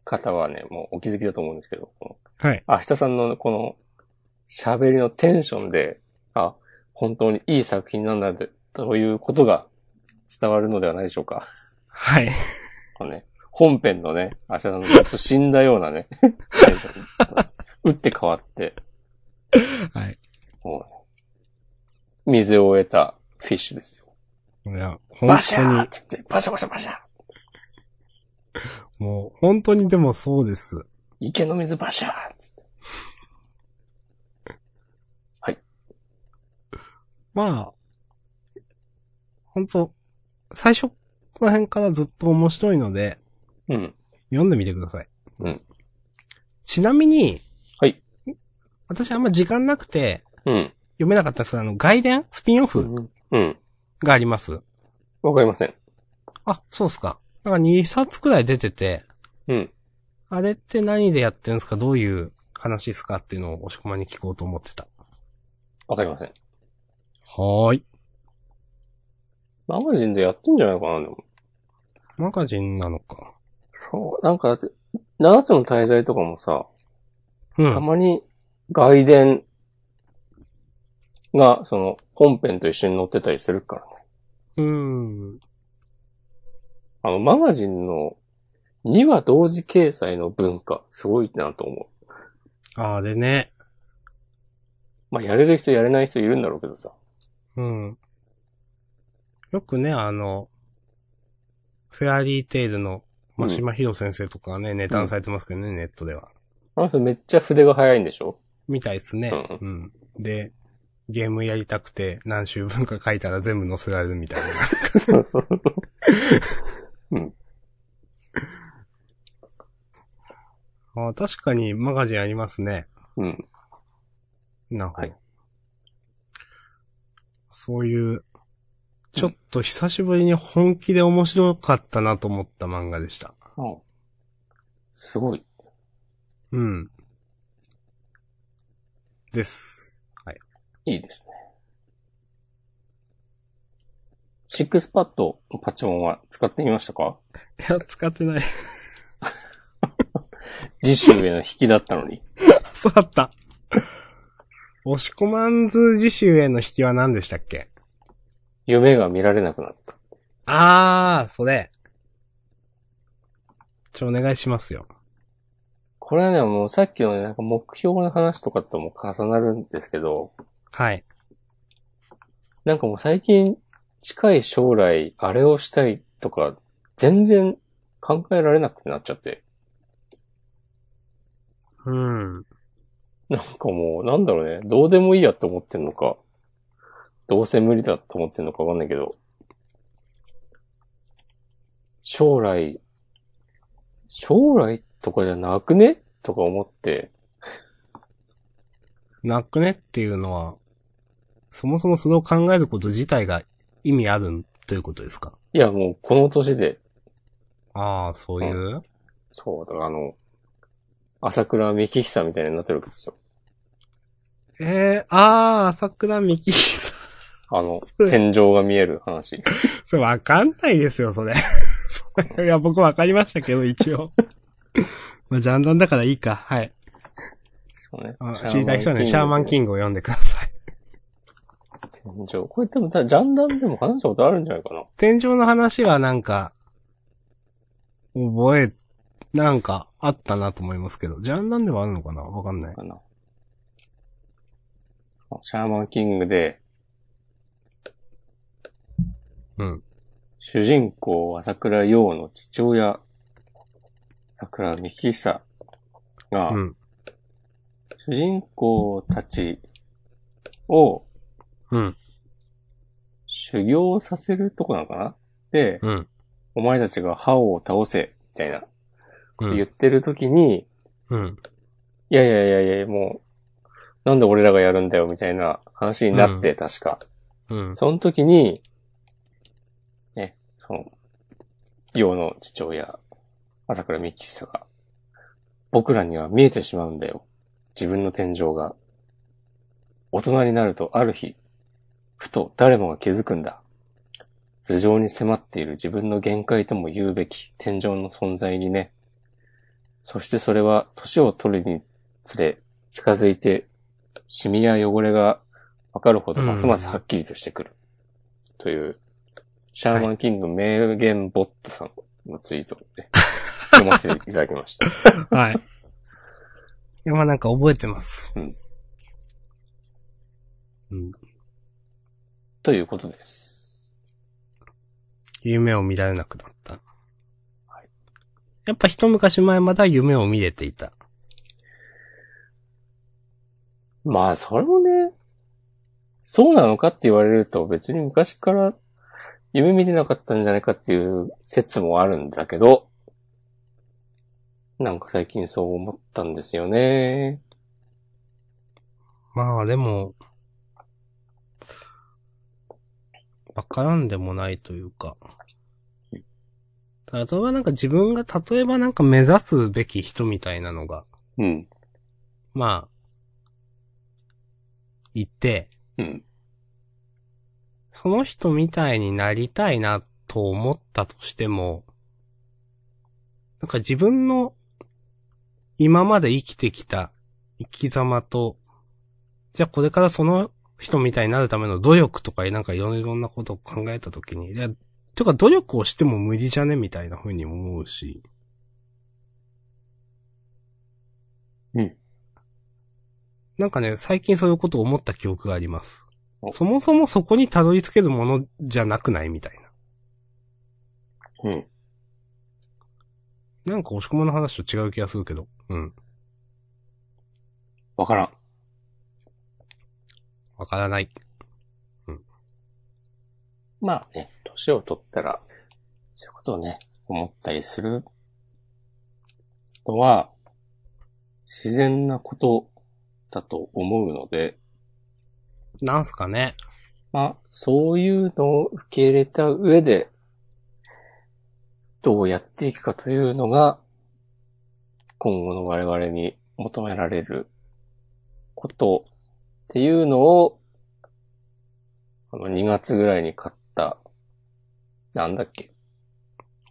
Speaker 1: 方はね、もうお気づきだと思うんですけど、この
Speaker 2: はい。
Speaker 1: 明日さんのこの喋りのテンションで、あ、本当にいい作品なんだって、ということが伝わるのではないでしょうか。
Speaker 2: はい。
Speaker 1: このね、本編のね、明日さんのちょっと死んだようなね、 テンション打って変わって、
Speaker 2: はい。
Speaker 1: もうね、水を終えたフィッシュですよ。
Speaker 2: いや、本
Speaker 1: バシ
Speaker 2: 当
Speaker 1: ャー
Speaker 2: に
Speaker 1: っ、つって、バシャバシャバシャ
Speaker 2: もう、本当にでもそうです。
Speaker 1: 池の水バシャーっつって。
Speaker 2: まあ、本当最初、この辺からずっと面白いので、
Speaker 1: うん。
Speaker 2: 読んでみてください。
Speaker 1: うん。
Speaker 2: ちなみに、
Speaker 1: はい。
Speaker 2: 私あんま時間なくて、
Speaker 1: うん。
Speaker 2: 読めなかったんですけど、あの、外伝スピンオフ
Speaker 1: うん。
Speaker 2: があります。
Speaker 1: わかりません。
Speaker 2: あ、そうっすか。なんか2冊くらい出てて、
Speaker 1: うん。
Speaker 2: あれって何でやってるんですかどういう話ですかっていうのを押し込まに聞こうと思ってた。
Speaker 1: わかりません。
Speaker 2: はーい。
Speaker 1: マガジンでやってんじゃないかな、でも。
Speaker 2: マガジンなのか。
Speaker 1: そう、なんかだって、7つの滞在とかもさ、
Speaker 2: う
Speaker 1: た
Speaker 2: ん。
Speaker 1: まに外伝が、その、本編と一緒に載ってたりするからね。
Speaker 2: うん。
Speaker 1: あの、マガジンの2話同時掲載の文化、すごいなと思う。
Speaker 2: あれね。
Speaker 1: まあ、やれる人やれない人いるんだろうけどさ。
Speaker 2: うん。よくね、あの、フェアリーテイルの真島博先生とかはね、ネタにされてますけどね、ネットでは。
Speaker 1: あの人めっちゃ筆が早いんでし ょ
Speaker 2: みたいですね。
Speaker 1: う
Speaker 2: うん。で、ゲームやりたくて何週分か書いたら全部載せられるみたいな。
Speaker 1: そうそう。
Speaker 2: ああ、確かにマガジンありますね。
Speaker 1: うん。
Speaker 2: なんか。
Speaker 1: はい
Speaker 2: そういう、ちょっと久しぶりに本気で面白かったなと思った漫画でした。
Speaker 1: うん。すごい。
Speaker 2: うん。です。はい。
Speaker 1: いいですね。シックスパッドのパチモンは使ってみましたか
Speaker 2: いや、使ってない。
Speaker 1: 次週への引きだったのに。
Speaker 2: そうだった。押し込まんず自習への引きは何でしたっけ
Speaker 1: 夢が見られなくなった。
Speaker 2: あー、それ。ちょ、お願いしますよ。
Speaker 1: これはね、もうさっきのね、なんか目標の話とかとも重なるんですけど、
Speaker 2: はい。
Speaker 1: なんかもう最近近い将来あれをしたいとか全然考えられなくなっちゃって、
Speaker 2: うん。
Speaker 1: なんかもうなんだろうね、どうでもいいやって思ってんのか、どうせ無理だと思ってんのかわかんないけど、将来、将来とかじゃなくねとか思って、
Speaker 2: なくねっていうのは、そもそもそれを考えること自体が意味あるということですか
Speaker 1: いやもうこの年で
Speaker 2: ああ、そういう、
Speaker 1: そう、だからあの、朝倉幹久みたいになってるわけですよ。
Speaker 2: ええー、ああ、朝倉美希さん。
Speaker 1: あの、天井が見える話。
Speaker 2: それわかんないですよ、それ。 それいや、僕わかりましたけど、一応。 まあ、ジャンダンだからいいか。はい。
Speaker 1: そうね
Speaker 2: あ知りたい人はね、シャーマンキ
Speaker 1: ン
Speaker 2: ングを読んでください。
Speaker 1: グ。天井。これでも、ジャンダンでも話したことあるんじゃないかな。
Speaker 2: 天井の話はなんか、覚え、なんか、あったなと思いますけど、ジャンダンではあるのかなわかんない。
Speaker 1: かな。シャーマンキングで、
Speaker 2: うん。
Speaker 1: 主人公、朝倉陽の父親、桜美久が、
Speaker 2: うん。
Speaker 1: 主人公たちを
Speaker 2: うん。
Speaker 1: 修行させるとこなのかなで、
Speaker 2: うん。
Speaker 1: お前たちが歯を倒せ、みたいな、
Speaker 2: う
Speaker 1: 言っ
Speaker 2: ん。
Speaker 1: てる時に、
Speaker 2: うん。
Speaker 1: いやいやいやいや、もう、なんで俺らがやるんだよ、みたいな話になって、確か。
Speaker 2: うん。
Speaker 1: その時に、ね、その、洋の父親、朝倉美希久が、僕らには見えてしまうんだよ。自分の天井が。大人になるとある日、ふと誰もが気づくんだ。頭上に迫っている自分の限界とも言うべき天井の存在にね。そしてそれは年を取るにつれ近づいて、シミや汚れがわかるほど
Speaker 2: うん
Speaker 1: ますますはっきりとしてくる。という、シャーマンキング名言ボットさんのツイートで、読ませていただきま した。
Speaker 2: はい。いや、まあなんか覚えてます。
Speaker 1: うん
Speaker 2: うん。
Speaker 1: ということです。
Speaker 2: 夢を見られなくなった。
Speaker 1: はい
Speaker 2: やっぱ一昔前まだ夢を見れていた。
Speaker 1: まあ、それもね、そうなのかって言われると別に昔から夢見てなかったんじゃないかっていう説もあるんだけど、なんか最近そう思ったんですよね。
Speaker 2: まあでも、わからんでもないというか。例えばなんか自分が、例えばなんか目指すべき人みたいなのが、
Speaker 1: うん。
Speaker 2: まあ、いて、
Speaker 1: うん。
Speaker 2: その人みたいになりたいなと思ったとしても、なんか自分の今まで生きてきた生き様と、じゃあこれからその人みたいになるための努力とかなんかいろいろなことを考えたときに、いや、てか努力をしても無理じゃねみたいな風に思うし。
Speaker 1: うん。
Speaker 2: なんかね、最近そういうことを思った記憶があります。
Speaker 1: お
Speaker 2: そもそもそこにたどり着けるものじゃなくないみたい
Speaker 1: うん。
Speaker 2: な。なんか押し込まの話と違う気がするけど。うん。
Speaker 1: わからん。
Speaker 2: わからない。
Speaker 1: まあね、年を取ったら、そういうことをね、思ったりするのは、自然なことだと思うので、
Speaker 2: なんすかね。
Speaker 1: まあ、そういうのを受け入れた上で、どうやっていくかというのが、今後の我々に求められることっていうのを、あの、2月ぐらいに買った、なんだっけ、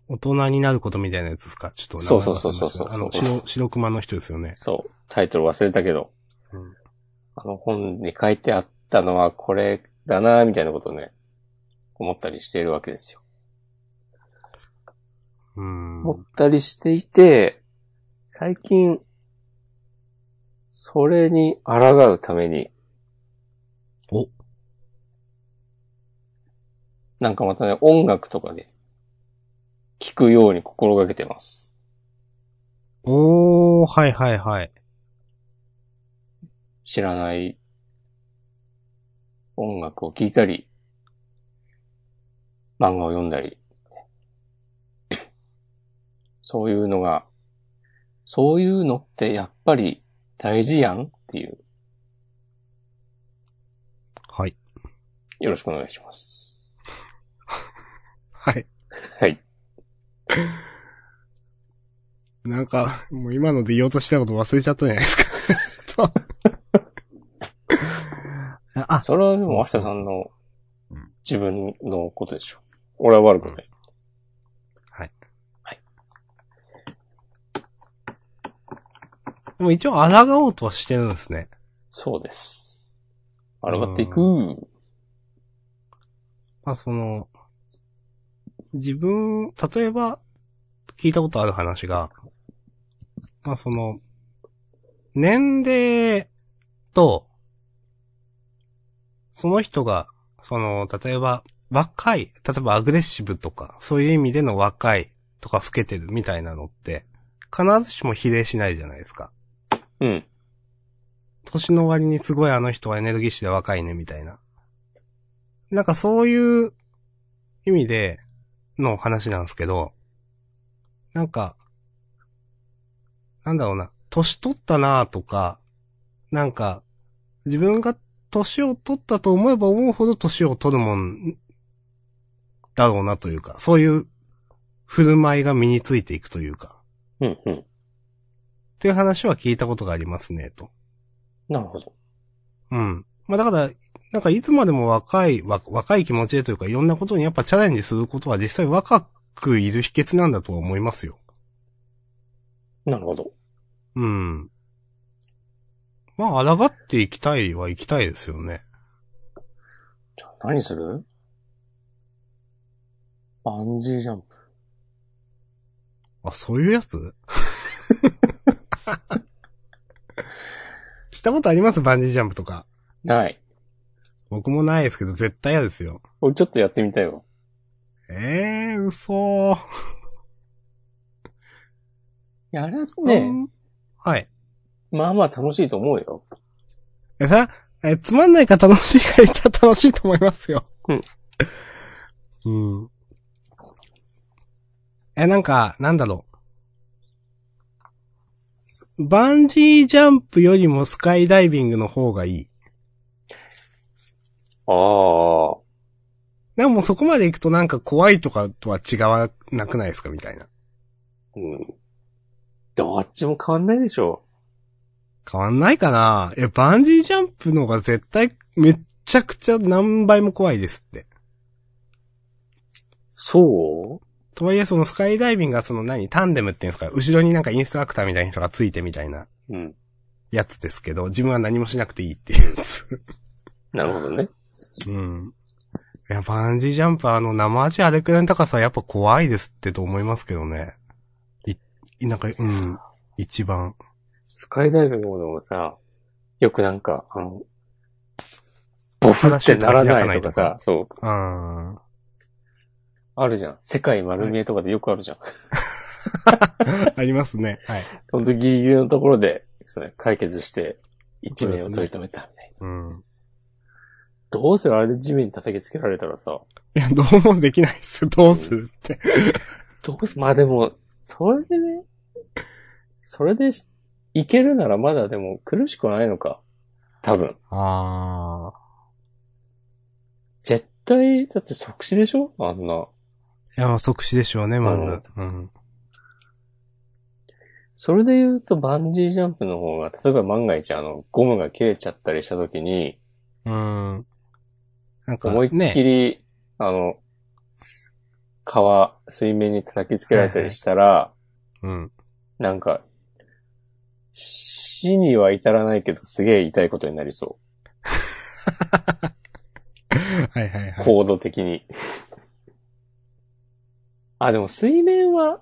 Speaker 2: 大人になることみたいなやつですかちょっと名
Speaker 1: そう
Speaker 2: 前忘れましたけど。
Speaker 1: そうそうそうそう
Speaker 2: あの、白、白熊の人ですよね。
Speaker 1: そう、タイトル忘れたけど、
Speaker 2: うん
Speaker 1: あの本に書いてあったのはこれだな、みたいなことをね、思ったりしているわけですよ。
Speaker 2: うん。
Speaker 1: 思ったりしていて、最近、それに抗うために、
Speaker 2: お
Speaker 1: なんかまたね、音楽とかで、聞くように心がけてます。
Speaker 2: おー、はいはいはい。
Speaker 1: 知らない音楽を聴いたり、漫画を読んだり、 そういうのが、そういうのってやっぱり大事やんっていう、
Speaker 2: はい。
Speaker 1: よろしくお願いします。
Speaker 2: はい。
Speaker 1: はい。
Speaker 2: なんか、もう今ので言おうとしたこと忘れちゃったじゃないで すか。 あ、
Speaker 1: それはでも、明日
Speaker 2: そうそ
Speaker 1: さ
Speaker 2: うそうん
Speaker 1: の
Speaker 2: うん
Speaker 1: 自分のことでしょ。俺は悪くない。
Speaker 2: でも一応抗おうとはしてるんですね。
Speaker 1: そうです。あらがっていく。
Speaker 2: う
Speaker 1: うん。
Speaker 2: まあその、自分、例えば、聞いたことある話が、まあその、年齢と、その人が、その、例えば、若い、例えばアグレッシブとか、そういう意味での若いとか老けてるみたいなのって、必ずしも比例しないじゃないですか。年の割にすごいあの人はエネルギッシュで若いね、みたいな。なんかそういう意味での話なんですけど、なんか、なんだろうな、年取ったなとか、なんか、自分が年を取ったと思えば思うほど年を取るもん、だろうなというか、そういう振る舞いが身についていくというか、
Speaker 1: うん、うん。
Speaker 2: っていう話は聞いたことがありますね、と。
Speaker 1: なるほど。
Speaker 2: うん。まあだから、なんかいつまでも若い、わ若い気持ちでというか、いろんなことにやっぱチャレンジすることは実際若くいる秘訣なんだとは思いますよ。
Speaker 1: なるほど。
Speaker 2: うん。まあ、抗っていきたいは行きたいですよね。
Speaker 1: じゃあ何するバンジージャンプ。
Speaker 2: あ、そういうやつ したことありますバンジージャンプとか。
Speaker 1: ない。
Speaker 2: 僕もないですけど、絶対嫌ですよ。
Speaker 1: 俺ちょっとやってみたいわ。
Speaker 2: ええー、嘘。
Speaker 1: やるね、
Speaker 2: はい。
Speaker 1: まあまあ楽しいと思うよ。
Speaker 2: え、さ、え、つまんないか楽しいか言ったら楽しいと思いますよ。うん。うん。え、なんか、なんだろう。バンジージャンプよりもスカイダイビングの方がいい。
Speaker 1: ああ。
Speaker 2: なんかもうそこまで行くとなんか怖いとかとは違わなくないですかみたいな。
Speaker 1: うん。どっちも変わんないでしょ。
Speaker 2: 変わんないかないや、バンジージャンプの方が絶対めっちゃくちゃ何倍も怖いですって。
Speaker 1: そ
Speaker 2: とはいえ、そのスカイダイビングがその何、タンデムっていうんですか、後ろになんかインストラクターみたいな人がついてみたいな
Speaker 1: ううん。
Speaker 2: やつですけど、自分は何もしなくていいっていうや つ。
Speaker 1: なるほどね。
Speaker 2: うん。いや、バンジージャンプあの生味あれくらいの高さはやっぱ怖いですってと思いますけどね。い、なんか、うん、一番。
Speaker 1: スカイダイビングもでもさ、よくなんか、あの、ボフってならないとかさ、そう、
Speaker 2: あ
Speaker 1: あるじゃん。世界丸見えとかでよくあるじゃん。
Speaker 2: ー。 ありますね。はい。
Speaker 1: ほんとギリギリのところで、それ解決して、一命を取り留めたみたいな。
Speaker 2: うん。
Speaker 1: どうするあれで地面に叩きつけられたらさ、
Speaker 2: いや、どうもできないっす。どうするって。
Speaker 1: どうすまあでも、それでね、それでしいけるならまだでも苦しくはないのか。多分。
Speaker 2: あ
Speaker 1: 絶対、だって即死でしょあんな。
Speaker 2: ー。いや、まあ即死でしょうね、まず。うん。
Speaker 1: それで言うとバンジージャンプの方が、例えば万が一あの、ゴムが切れちゃったりした時に、
Speaker 2: うん。なんか、
Speaker 1: 思いっき
Speaker 2: ね、
Speaker 1: り、あの、川、水面に叩きつけられたりしたら、
Speaker 2: うん。
Speaker 1: なんか、死には至らないけど、すげえ痛いことになりそ
Speaker 2: はいはいは
Speaker 1: う。
Speaker 2: い。
Speaker 1: 高度的に。 あ、でも水面は、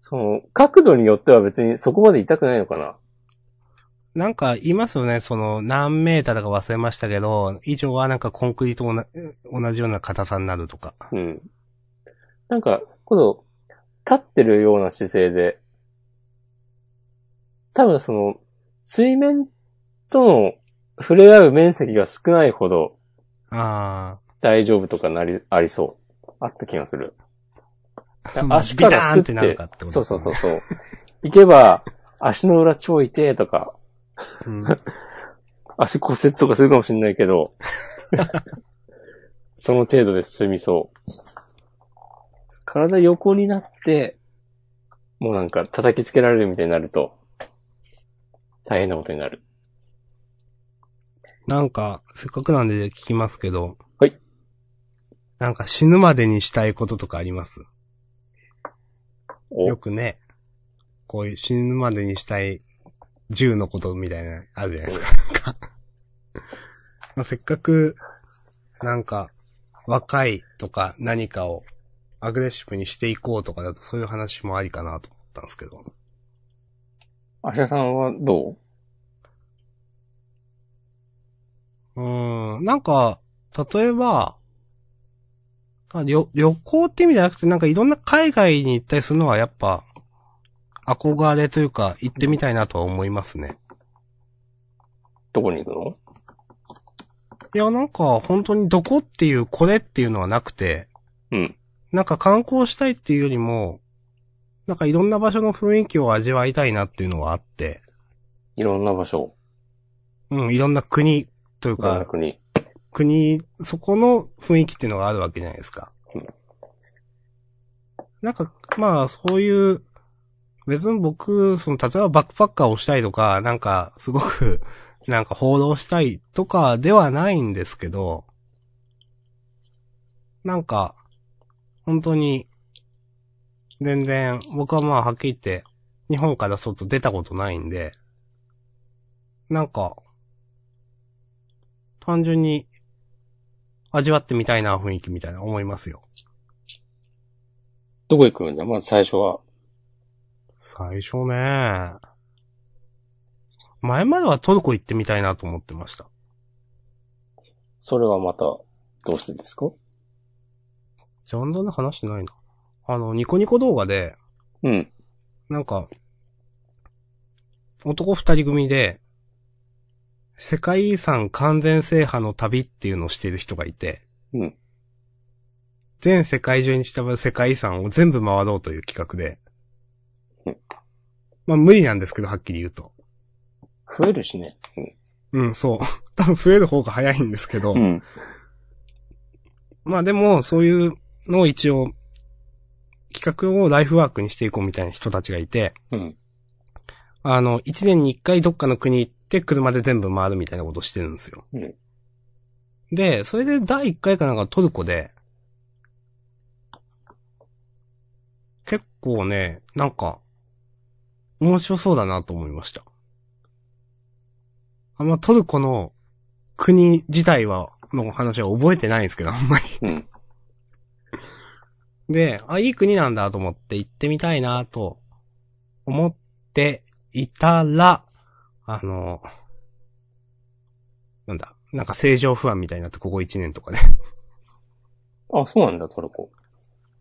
Speaker 1: その、角度によっては別にそこまで痛くないのかな。
Speaker 2: なんか言いますよね、その何メーターだか忘れましたけど、以上はなんかコンクリートとおな同じような硬さになるとか。
Speaker 1: うん。なんか、この、立ってるような姿勢で、多分その、水面との触れ合う面積が少ないほど
Speaker 2: あ
Speaker 1: 大丈夫とかなり、ありそう。あった気がする。
Speaker 2: あ。
Speaker 1: 足か
Speaker 2: ビ
Speaker 1: ら
Speaker 2: タ
Speaker 1: ス
Speaker 2: ーン
Speaker 1: っ
Speaker 2: っててなるかってこと
Speaker 1: そう
Speaker 2: です
Speaker 1: そう
Speaker 2: ね
Speaker 1: そうそう。行けば、足の裏超痛えとか、
Speaker 2: うん
Speaker 1: 足骨折とかするかもしんないけど、その程度で済みそう。体横になって、もうなんか叩きつけられるみたいになると、大変なことになる。
Speaker 2: なんか、せっかくなんで聞きますけど。
Speaker 1: はい。
Speaker 2: なんか死ぬまでにしたいこととかあります
Speaker 1: お
Speaker 2: よくね、こういう死ぬまでにしたい10のことみたいな、あるじゃないですか。なんか まあせっかく、なんか、若いとか何かをアグレッシブにしていこうとかだとそういう話もありかなと思ったんですけど。
Speaker 1: 芦田さんはど
Speaker 2: うーん、なんか、例えば、あ旅旅行って意味じゃなくて、なんかいろんな海外に行ったりするのはやっぱ、憧れというか、行ってみたいなとは思いますね。
Speaker 1: うどこに行くの
Speaker 2: いや、なんか、本当にどこっていう、これっていうのはなくて、
Speaker 1: うん。
Speaker 2: なんか観光したいっていうよりも、なんかいろんな場所の雰囲気を味わいたいなっていうのはあって、
Speaker 1: いろんな場所、
Speaker 2: うん、いろんな国という
Speaker 1: いろんな
Speaker 2: か、
Speaker 1: 国。
Speaker 2: 国、そこの雰囲気っていうのがあるわけじゃないですか
Speaker 1: うん。
Speaker 2: なんか、まあ、そういう、別に僕、その、例えばバックパッカーをしたいとか、なんか、すごく なんか報道したいとかではないんですけど、なんか、本当に、全然、僕はまあはっきり言って、日本から外出たことないんで、なんか、単純に、味わってみたいな雰囲気みたいな思いますよ。
Speaker 1: どこ行くんだまず最初は。
Speaker 2: 最初ね。前まではトルコ行ってみたいなと思ってました。
Speaker 1: それはまた、どうしてですか
Speaker 2: ジャンダで話してないな。あの、ニコニコ動画で、
Speaker 1: うん。
Speaker 2: なんか、男二人組で、世界遺産完全制覇の旅っていうのをしている人がいて、
Speaker 1: うん
Speaker 2: 全世界中に伝わる世界遺産を全部回ろうという企画で
Speaker 1: うん、
Speaker 2: まあ無理なんですけど、はっきり言うと。
Speaker 1: 増えるしね。
Speaker 2: うん、そう。 多分増える方が早いんですけど、
Speaker 1: ん。
Speaker 2: まあでも、そういうのを一応、企画をライフワークにしていこうみたいな人たちがいて、
Speaker 1: うん。
Speaker 2: あの、一年に一回どっかの国行って車で全部回るみたいなことしてるんですよ。
Speaker 1: うん
Speaker 2: で、それで第一回かなんかトルコで、結構ね、なんか、面白そうだなと思いました。あんまトルコの国自体は、の話は覚えてないんですけど、あんまり。
Speaker 1: うん。
Speaker 2: で、あ、いい国なんだと思って行ってみたいなと思っていたら、あの、なんだ、なんか正常不安みたいになって、ここ1年とかね。
Speaker 1: あ、そうなんだ、トルコ。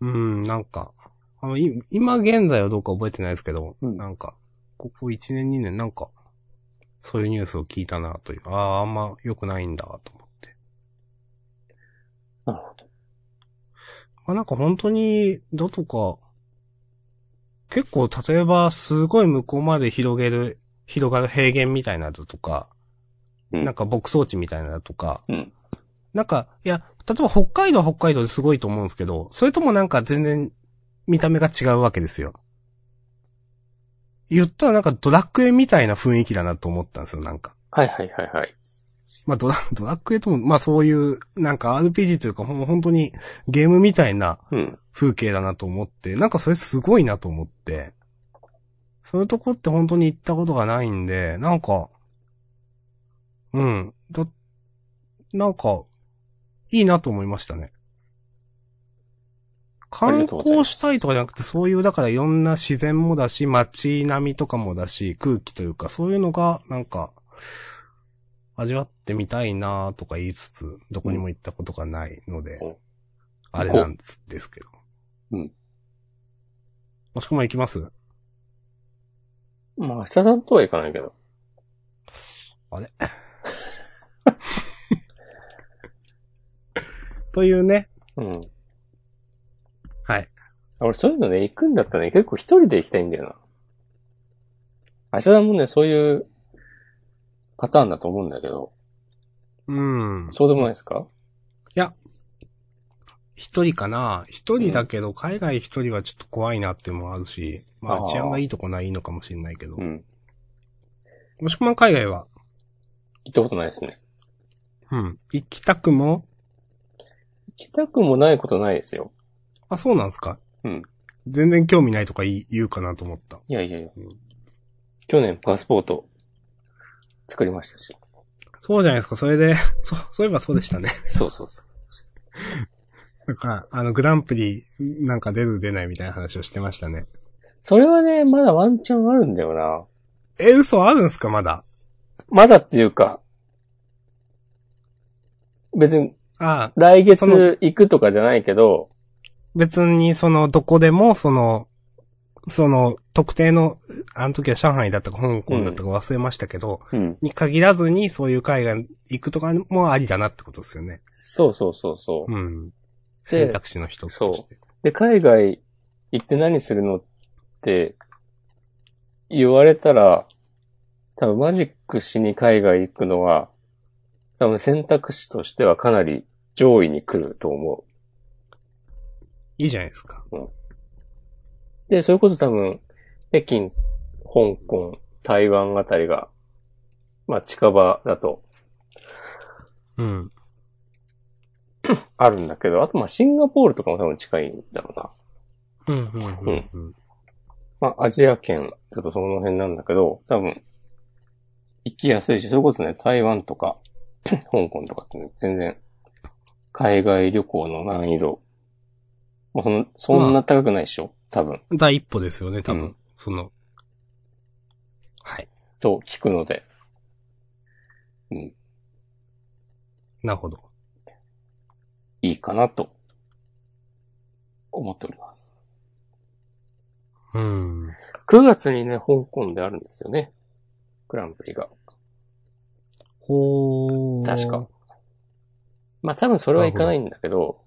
Speaker 2: うん、なんか、あの、い今現在はどうか覚えてないですけど、
Speaker 1: うん
Speaker 2: なんか、ここ1年2年なんか、そういうニュースを聞いたなという、ああ、あんま良くないんだと思って。
Speaker 1: なるほど。
Speaker 2: まあなんか本当に、どとか、結構例えばすごい向こうまで広げる、広がる平原みたいなのとか、
Speaker 1: うん
Speaker 2: なんか牧草地みたいなのとか、
Speaker 1: うん
Speaker 2: なんか、いや、例えば北海道は北海道ですごいと思うんですけど、それともなんか全然見た目が違うわけですよ。言ったらなんかドラクエみたいな雰囲気だなと思ったんですよ、なんか。
Speaker 1: はいはいはいはい。
Speaker 2: まあドラ、ドラクエとも、まあそういう、なんか RPG というか、ほん本当にゲームみたいな
Speaker 1: うん。
Speaker 2: 風景だなと思って、なんかそれすごいなと思って、そういうとこって本当に行ったことがないんで、なんか、うん、だ、なんか、いいなと思いましたね。
Speaker 1: りが
Speaker 2: 観
Speaker 1: とうございま
Speaker 2: 光
Speaker 1: す
Speaker 2: したいとかじゃなくて、そういう、だからいろんな自然もだし、街並みとかもだし、空気というか、そういうのが、なんか、味わってみたいなとか言いつつ、どこにも行ったことがないので、
Speaker 1: うん
Speaker 2: あれなんですですけど。
Speaker 1: うん。
Speaker 2: もしくも行きます
Speaker 1: まあ、明日さんとはいかないけど。
Speaker 2: というね。
Speaker 1: うん。
Speaker 2: はい。
Speaker 1: 俺そういうのね、行くんだったらね、結構一人で行きたいんだよな。明日さんもね、そういうパターンだと思うんだけど、
Speaker 2: うん。
Speaker 1: そうでもないですか
Speaker 2: 一人かな一人だけど、海外一人はちょっと怖いなっていうのもあるし、ま
Speaker 1: あ
Speaker 2: あ
Speaker 1: ー
Speaker 2: 治安がいいとこないのかもしれないけど
Speaker 1: う。ん。
Speaker 2: もしくは海外は、
Speaker 1: 行ったことないですね。
Speaker 2: うん。行きたくも、
Speaker 1: 行きたくもないことないですよ。
Speaker 2: あ、そうなんですか
Speaker 1: うん。
Speaker 2: 全然興味ないとか言い言うかなと思った。
Speaker 1: いやいやいや
Speaker 2: うん。
Speaker 1: 去年パスポート作りましたし。
Speaker 2: そうじゃないですか。それで、 そ、そういえばそうでしたね。
Speaker 1: そうそうそう。
Speaker 2: だから、あの、グランプリ、なんか出る出ないみたいな話をしてましたね。
Speaker 1: それはね、まだワンチャンあるんだよな。
Speaker 2: え、嘘あるんすかまだ。
Speaker 1: まだっていうか、別に
Speaker 2: ああ、
Speaker 1: 来月
Speaker 2: その
Speaker 1: 行くとかじゃないけど、
Speaker 2: 別に、その、どこでも、その、その、特定の、あの時は上海だったか香港だったか忘れましたけど、
Speaker 1: うん。
Speaker 2: に限らずに、そういう海外行くとかもありだなってことですよね。
Speaker 1: そうそうそうそう。
Speaker 2: うん。選択肢の一つとして。
Speaker 1: で、海外行って何するのって言われたら、多分マジックしに海外行くのは、多分選択肢としてはかなり上位に来ると思
Speaker 2: いいじゃないですか。
Speaker 1: う。で、それこそ多分、北京、香港、台湾あたりがまあ近場だと
Speaker 2: うん。
Speaker 1: あるんだけど、あとまあシンガポールとかも多分近いんだろうな。
Speaker 2: うん、うん、うんうん。
Speaker 1: まあアジア圏だとその辺なんだけど、多分行きやすいし、それこそね、台湾とか 香港とかって、ね、全然海外旅行の難易度、もうそのそんな高くないでしょ、多分。
Speaker 2: 第一歩ですよね、多分。
Speaker 1: うん
Speaker 2: その。はい。
Speaker 1: と聞くので。
Speaker 2: なるほど。
Speaker 1: いいかなと思っております。
Speaker 2: うん。
Speaker 1: 9月にね、香港であるんですよね。グランプリが。
Speaker 2: ほー。
Speaker 1: 確か。まあ多分それは行かないんだけど、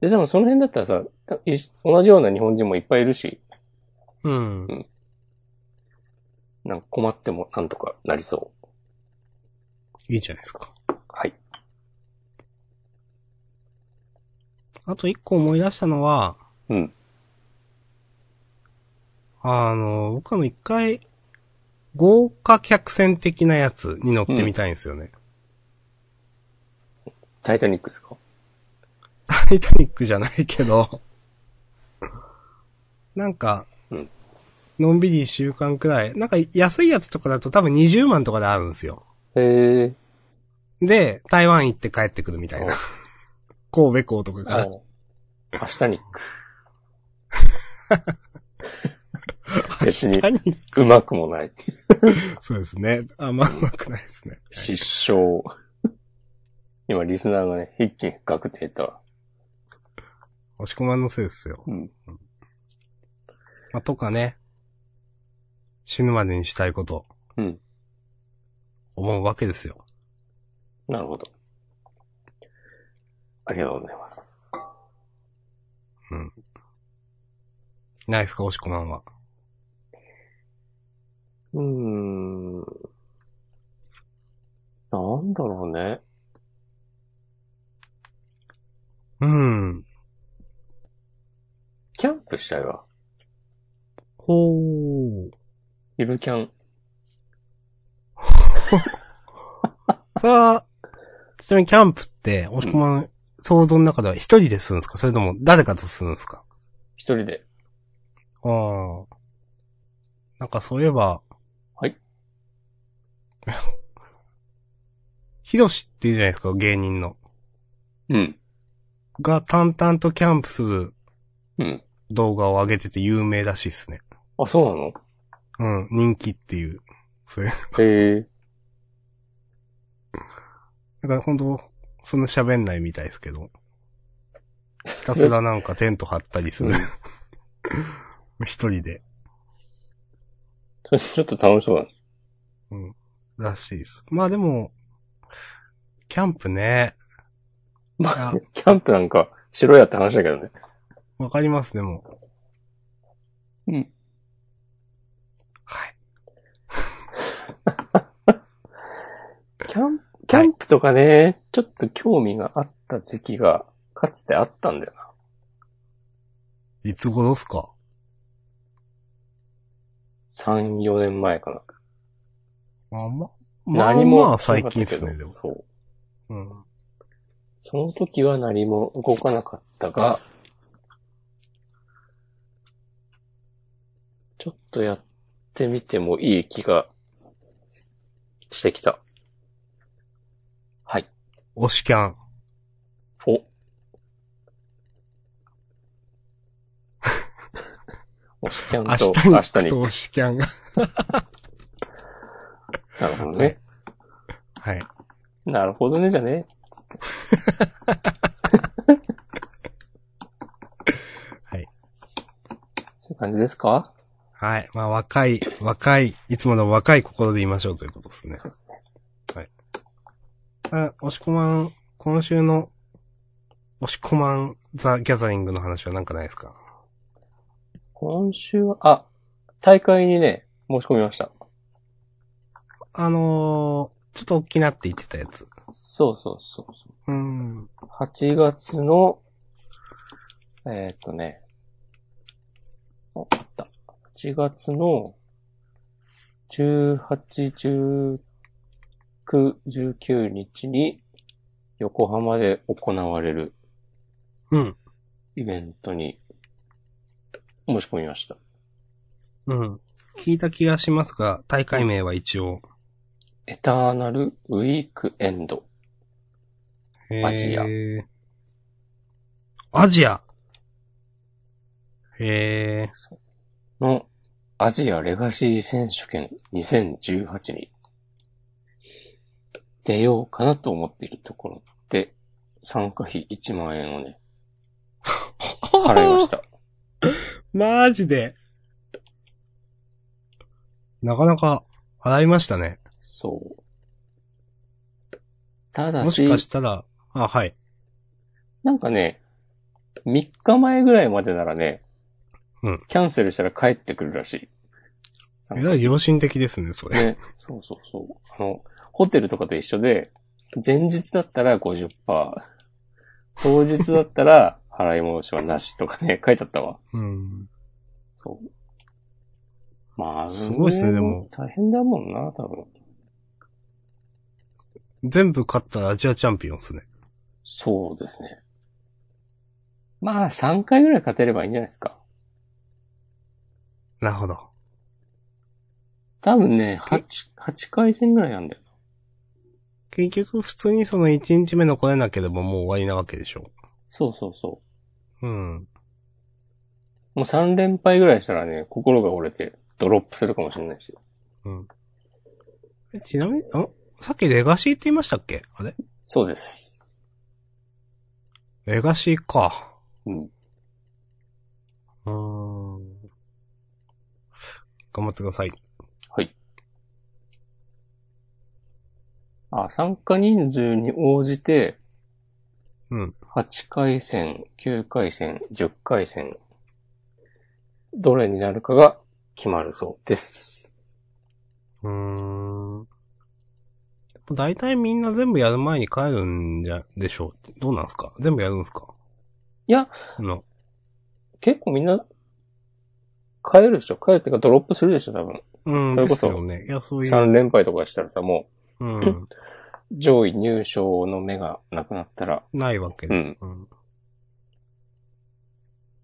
Speaker 1: で、でもその辺だったらさ、たい同じような日本人もいっぱいいるし、
Speaker 2: うん。
Speaker 1: なんか困ってもなんとかなりそ
Speaker 2: いいじゃないですか。
Speaker 1: う。はい。
Speaker 2: あと一個思い出したのは、
Speaker 1: うん。
Speaker 2: あの、僕あの一回、豪華客船的なやつに乗ってみたいんですよね。
Speaker 1: タイタニックですか
Speaker 2: タイタニックじゃないけ ど、なんか
Speaker 1: うん、
Speaker 2: のんびり一週間くらい、なんか安いやつとかだと多分20万とかであるんですよ。
Speaker 1: へえ。
Speaker 2: で、台湾行って帰ってくるみたいな。神戸港とかから。
Speaker 1: お明日ニック。別に
Speaker 2: タイタニック
Speaker 1: うまくもない。
Speaker 2: そうですね。あんまうまくないですね。
Speaker 1: 失笑。今、リスナーがね、一気に深くてたわ。
Speaker 2: 押し込まんのせいですよ。
Speaker 1: うん
Speaker 2: まあ、とかね。死ぬまでにしたいこと。
Speaker 1: うん。
Speaker 2: 思うわけですよ。
Speaker 1: なるほど。ありがとうございます。
Speaker 2: ないですか、押し込まんは。
Speaker 1: うーん。なんだろうね。
Speaker 2: うん。
Speaker 1: キャンプしたいわ。
Speaker 2: ほー。
Speaker 1: ゆるキャン。
Speaker 2: さあ、ちなみにキャンプって、押し込まん、想像の中では一人でするんですかそれとも誰かとするんですか
Speaker 1: 一人で。
Speaker 2: ああ。なんかそういえば。
Speaker 1: はい。
Speaker 2: ひろしっていうじゃないですか、芸人の。
Speaker 1: うん。
Speaker 2: が淡々とキャンプする
Speaker 1: うん。
Speaker 2: 動画を上げてて有名らしいですね。
Speaker 1: あ、そうなの
Speaker 2: うん、人気っていう。それ、
Speaker 1: へえ。
Speaker 2: だから本当そんな喋んないみたいですけど。ひたすらなんかテント張ったりする。一人で。
Speaker 1: それちょっと楽しそうだね。
Speaker 2: らしいです。まあでも、キャンプね。
Speaker 1: ま
Speaker 2: あ
Speaker 1: あ、キャンプなんか、しろやって話だけどね。
Speaker 2: わかります、でも。
Speaker 1: うん。
Speaker 2: はい。
Speaker 1: キャンプ、キャンプとかね、ちょっと興味があった時期が、かつてあったんだよな。
Speaker 2: いつ頃っすか
Speaker 1: 3、4年前かな。
Speaker 2: あんま、まあまあ最近ですね、でも。
Speaker 1: そう。
Speaker 2: うん。
Speaker 1: その時は何も動かなかったが、ちょっとやってみてもいい気がしてきた。はい。
Speaker 2: 推しキャン。
Speaker 1: お。おしキャ
Speaker 2: 明
Speaker 1: ン
Speaker 2: 日に
Speaker 1: と
Speaker 2: 行
Speaker 1: 明
Speaker 2: くと
Speaker 1: 日に。
Speaker 2: 推しキャンが。
Speaker 1: なるほどね。
Speaker 2: はい。
Speaker 1: なるほどね、じゃ ね。
Speaker 2: はい。
Speaker 1: そういう感じですか
Speaker 2: はい。まあ若い、若い、いつもの若い心で言いましょうということですね。
Speaker 1: そうですね。
Speaker 2: あ、押し込まん、今週の、押し込まんザ・ギャザリングの話はなんかないですか
Speaker 1: 今週は、あ、大会にね、申し込みました。
Speaker 2: あのー、ちょっと大きなって言ってたやつ。
Speaker 1: そうそうそうそう。
Speaker 2: うーん。
Speaker 1: 8月の、えーっ、とね、ああった。8月の18、19、19日に横浜で行われる
Speaker 2: うん。
Speaker 1: イベントに申し込みました。
Speaker 2: うん。聞いた気がしますが、大会名は一応。
Speaker 1: エターナルウィークエンド。
Speaker 2: へー
Speaker 1: アジア。
Speaker 2: アジアへえ。
Speaker 1: のアジアレガシー選手権2018に出ようかなと思っているところで、参加費1万円をね、払いました。
Speaker 2: マジで。なかなか払いましたね。
Speaker 1: そう。ただ
Speaker 2: も
Speaker 1: し、
Speaker 2: しかしたら、あ、はい。
Speaker 1: なんかね、3日前ぐらいまでならね、
Speaker 2: うん
Speaker 1: キャンセルしたら帰ってくるらしい。
Speaker 2: えらい良心的ですね、それ。
Speaker 1: ね、そうそうそう。あの、ホテルとかと一緒で、前日だったら50%、当日だったら払い戻しはなしとかね、書いてあったわ。
Speaker 2: うん。
Speaker 1: そう。まあ、
Speaker 2: すごいっすねでも。
Speaker 1: 大変だもんな、多分。
Speaker 2: 全部勝ったらアジアチャンピオンですね。
Speaker 1: そうですね。まあ、3回ぐらい勝てればいいんじゃないですか。
Speaker 2: なるほど。
Speaker 1: 多分ね、8、八回戦ぐらいなんだよ。
Speaker 2: 結局普通にその1日目残れなければもう終わりなわけでしょ。
Speaker 1: そうそうそう
Speaker 2: うん。
Speaker 1: う。もう3連敗ぐらいしたらね、心が折れてドロップするかもしれないし。
Speaker 2: ちなみに、あさっきレガシーって言いましたっけあれ
Speaker 1: そうです。
Speaker 2: レガシーか。
Speaker 1: うん。
Speaker 2: うーん。頑張ってください。
Speaker 1: あ、参加人数に応じて、
Speaker 2: うん。
Speaker 1: 8回戦、9回戦、10回戦、どれになるかが決まるそうです。
Speaker 2: うーん。大体みんな全部やる前に帰るんじゃ、でしょう。どうなんすか全部やるんすか
Speaker 1: いや、
Speaker 2: あの、
Speaker 1: 結構みんな、帰るでしょ帰るっていうかドロップするでしょ多分。
Speaker 2: うん、
Speaker 1: それ
Speaker 2: で
Speaker 1: こ
Speaker 2: す
Speaker 1: そ
Speaker 2: よね。いや、そういう、
Speaker 1: 3連敗とかしたらさ、も
Speaker 2: うん、
Speaker 1: う上位入賞の目がなくなったら、
Speaker 2: ないわけ
Speaker 1: う
Speaker 2: で。
Speaker 1: ん。
Speaker 2: うん。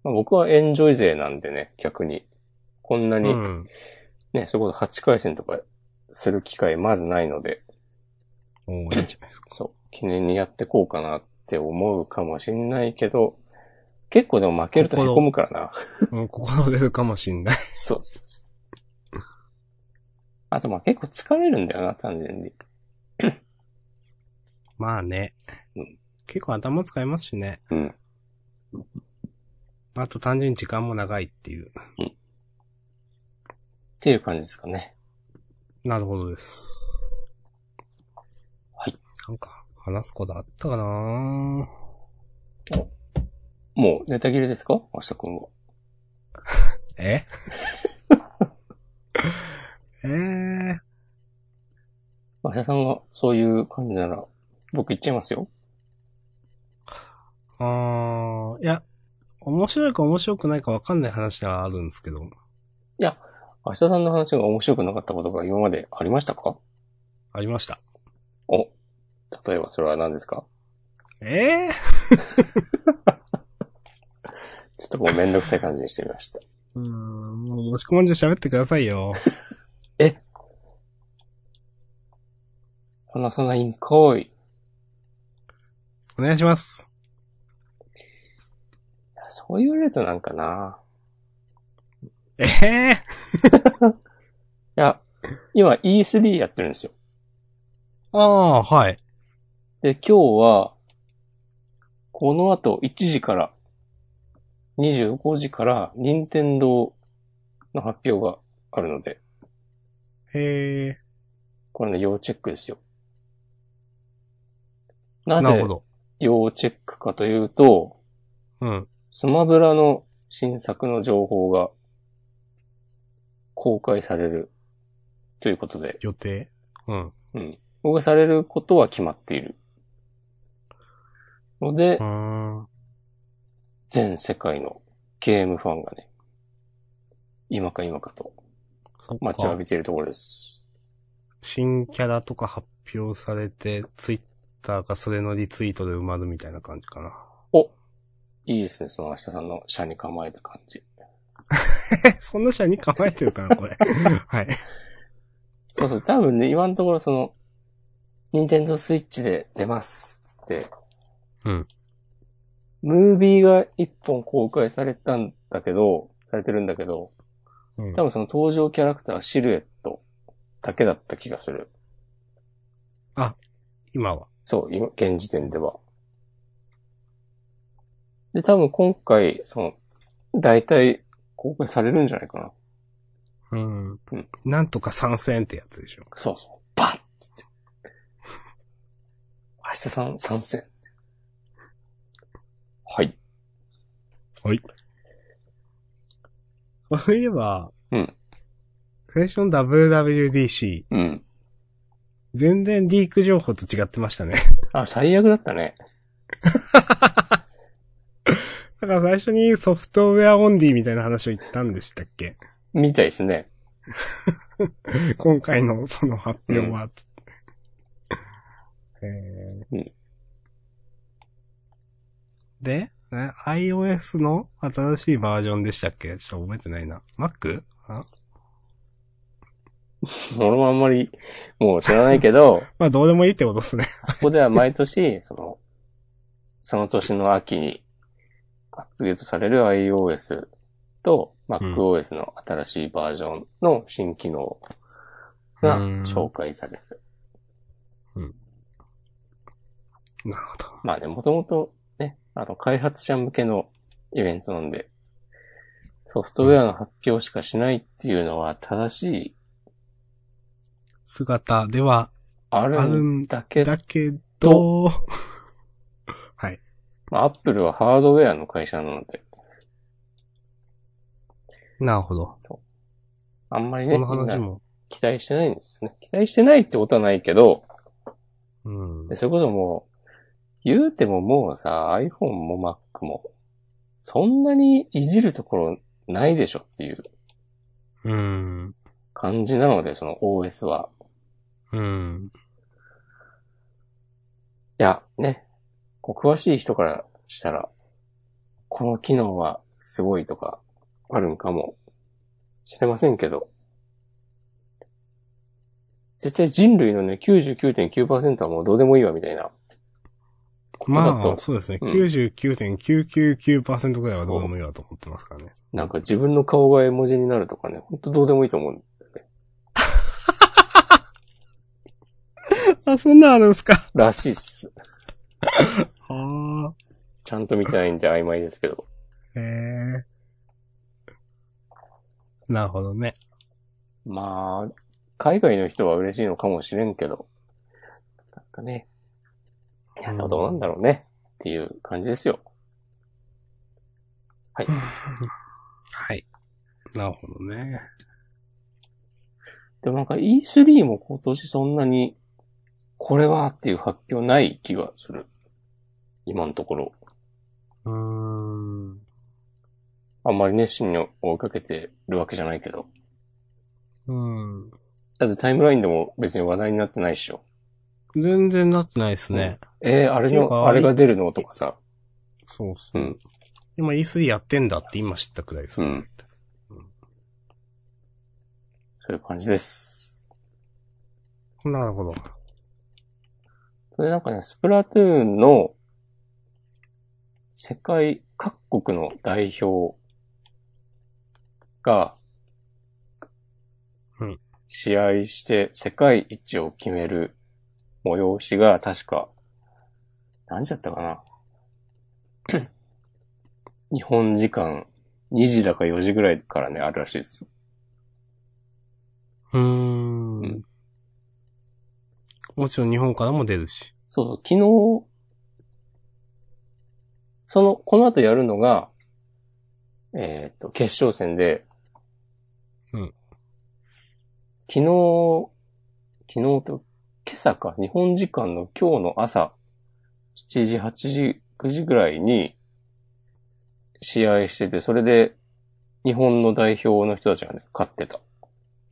Speaker 1: まあ、僕はエンジョイ勢なんでね、逆に。こんな
Speaker 2: う
Speaker 1: に
Speaker 2: ん。
Speaker 1: ね、それこそ8回戦とかする機会まずないので、
Speaker 2: おーいいじゃないですか。
Speaker 1: そう、記念にやってこうかなって思うかもしんないけど、結構でも負けると凹むから な。
Speaker 2: うん、心出るかもしんない。
Speaker 1: そうそうそう。あとまあ結構疲れるんだよな、単純に。
Speaker 2: まあね
Speaker 1: うん。
Speaker 2: 結構頭使いますしね。
Speaker 1: うん。
Speaker 2: あと単純に時間も長いっていう。
Speaker 1: っていう感じですかね。
Speaker 2: なるほどです。
Speaker 1: はい。
Speaker 2: なんか、話すことあったかな
Speaker 1: もうネタ切れですか明日くんは。
Speaker 2: え えー、
Speaker 1: 明日さんがそういう感じなら、僕行っちゃいますよ。
Speaker 2: あー、いや、面白いか面白くないかわかんない話があるんですけど、
Speaker 1: 明日さんの話が面白くなかったことが今までありましたか
Speaker 2: ありました。
Speaker 1: お。例えばそれは何ですか
Speaker 2: ええ
Speaker 1: ちょっとこうめんどくさい感じにしてみました。
Speaker 2: うーん、もう押し込まんじゃ喋ってくださいよ。
Speaker 1: 話さないんかい。
Speaker 2: お願いします。
Speaker 1: そういうレートなんかな。
Speaker 2: ええ
Speaker 1: いや、今 E3 やってるんですよ。
Speaker 2: あー、はい。
Speaker 1: で、今日は、この後1時から、25時から、任天堂の発表があるので、
Speaker 2: ええ
Speaker 1: これね、要チェックですよ。な
Speaker 2: なる
Speaker 1: ぜ
Speaker 2: ほ、ど。
Speaker 1: 要チェックかというと、
Speaker 2: うん。
Speaker 1: スマブラの新作の情報が公開されるということで、
Speaker 2: 予定うん。
Speaker 1: うん。僕がされることは決まっている。ので
Speaker 2: う、ーん。
Speaker 1: 全世界のゲームファンがね、今か今かと
Speaker 2: そっか
Speaker 1: 待ちわびているところです。
Speaker 2: 新キャラとか発表されて、ツイッターがそれのリツイートで埋まるみたいな感じかな。
Speaker 1: いいですね、その明日さんの社に構えた感じ。
Speaker 2: え、そんな社に構えてるかな、これ。 はい。
Speaker 1: そうそう、多分ね、今のところその、任天堂スイッチで出ます、つって。
Speaker 2: うん。
Speaker 1: ムービーが一本公開されたんだけど、されてるんだけど、
Speaker 2: うん
Speaker 1: 多分その登場キャラクターシルエットだけだった気がする。
Speaker 2: 今は。
Speaker 1: そう、今、現時点では。で、多分今回、その、大体公開されるんじゃないかな。
Speaker 2: うん
Speaker 1: うん。
Speaker 2: なんとか参戦ってやつでしょ。
Speaker 1: そうそう。バッつって。 明日さん参戦。はい。
Speaker 2: そういえば、
Speaker 1: うん。
Speaker 2: セッション WWDC、
Speaker 1: うん。
Speaker 2: 全然リーク情報と違ってましたね。
Speaker 1: あ、最悪だったね。
Speaker 2: だから最初にソフトウェアオンリーみたいな話を言ったんでしたっけ
Speaker 1: みたいですね。
Speaker 2: 今回のその発表は。え
Speaker 1: う
Speaker 2: ー
Speaker 1: ん
Speaker 2: で、え iOS の新しいバージョンでしたっけちょっと覚えてないな。Mac? あ
Speaker 1: 俺もあんまり、もう知らないけど、
Speaker 2: まあどうでもいいってことですね。
Speaker 1: ここでは毎年、 その、その年の秋にアップデートされる iOS と MacOS の新しいバージョンの新機能が
Speaker 2: うん
Speaker 1: 紹介される。
Speaker 2: なるほど。
Speaker 1: まあね、もともとね、あの、開発者向けのイベントなんで、ソフトウェアの発表しかしないっていうのは正しい、
Speaker 2: 姿では、
Speaker 1: ある
Speaker 2: ある
Speaker 1: ん
Speaker 2: ん
Speaker 1: だけど
Speaker 2: だ、けど、
Speaker 1: まあ、アップルはハードウェアの会社なので、
Speaker 2: なるほど。
Speaker 1: あんまりね、
Speaker 2: こ
Speaker 1: み
Speaker 2: の
Speaker 1: ん
Speaker 2: 話
Speaker 1: な
Speaker 2: も。
Speaker 1: 期待してないんですよね。期待してないってことはないけど、
Speaker 2: うん
Speaker 1: で、。そういうこともう、言うてももうさ、iPhone も Mac も、そんなにいじるところないでしょっていう
Speaker 2: うん。
Speaker 1: 感じなので、その OS は。
Speaker 2: うん。
Speaker 1: いや、ね、こう詳しい人からしたら、この機能はすごいとか、あるんかもしれませんけど、絶対人類のね、99.9%はもうどうでもいいわみたいな。ことだ
Speaker 2: ま
Speaker 1: と、
Speaker 2: あ、そうですね。
Speaker 1: うん
Speaker 2: 99.999%ぐらいはどうでもいいわと思ってますからね。
Speaker 1: なんか自分の顔が絵文字になるとかね、ほんとどうでもいいと思う。
Speaker 2: あ、そんなんあるんすから
Speaker 1: しいっす。
Speaker 2: はあ。
Speaker 1: ちゃんと見てないんで曖昧ですけど。
Speaker 2: へえ。なるほどね。
Speaker 1: まあ、海外の人は嬉しいのかもしれんけど、なんかね、いや、そうどうなんだろうね、っていう感じですよ。
Speaker 2: はい。なるほどね。
Speaker 1: でもなんか E3 も今年そんなに、これはっていう発表ない気がする。今のところ。
Speaker 2: うーん。
Speaker 1: あんまり熱心に追いかけてるわけじゃないけど。
Speaker 2: うん。
Speaker 1: だってタイムラインでも別に話題になってないっしょ。
Speaker 2: 全然なってないですね。
Speaker 1: えー、あれ
Speaker 2: っていうか
Speaker 1: の、あれが出るのとかさ。
Speaker 2: そうっす
Speaker 1: うん
Speaker 2: ね。今 E3 やってんだって今知ったくらいです。
Speaker 1: うんそういう感じです。
Speaker 2: なるほど。
Speaker 1: それなんかね、スプラトゥーンの世界各国の代表が
Speaker 2: うん
Speaker 1: 試合して世界一を決める催しが確か、何時だったかな日本時間2時だか4時ぐらいからね、あるらしいですよ。
Speaker 2: うーん。もちろん日本からも出るし。
Speaker 1: そうそう、昨日、その、この後やるのが、えーっ、と、決勝戦で、
Speaker 2: うん
Speaker 1: 昨日、昨日と、今朝か、日本時間の今日の朝、7時、8時、9時ぐらいに、試合してて、それで、日本の代表の人たちがね、勝ってた。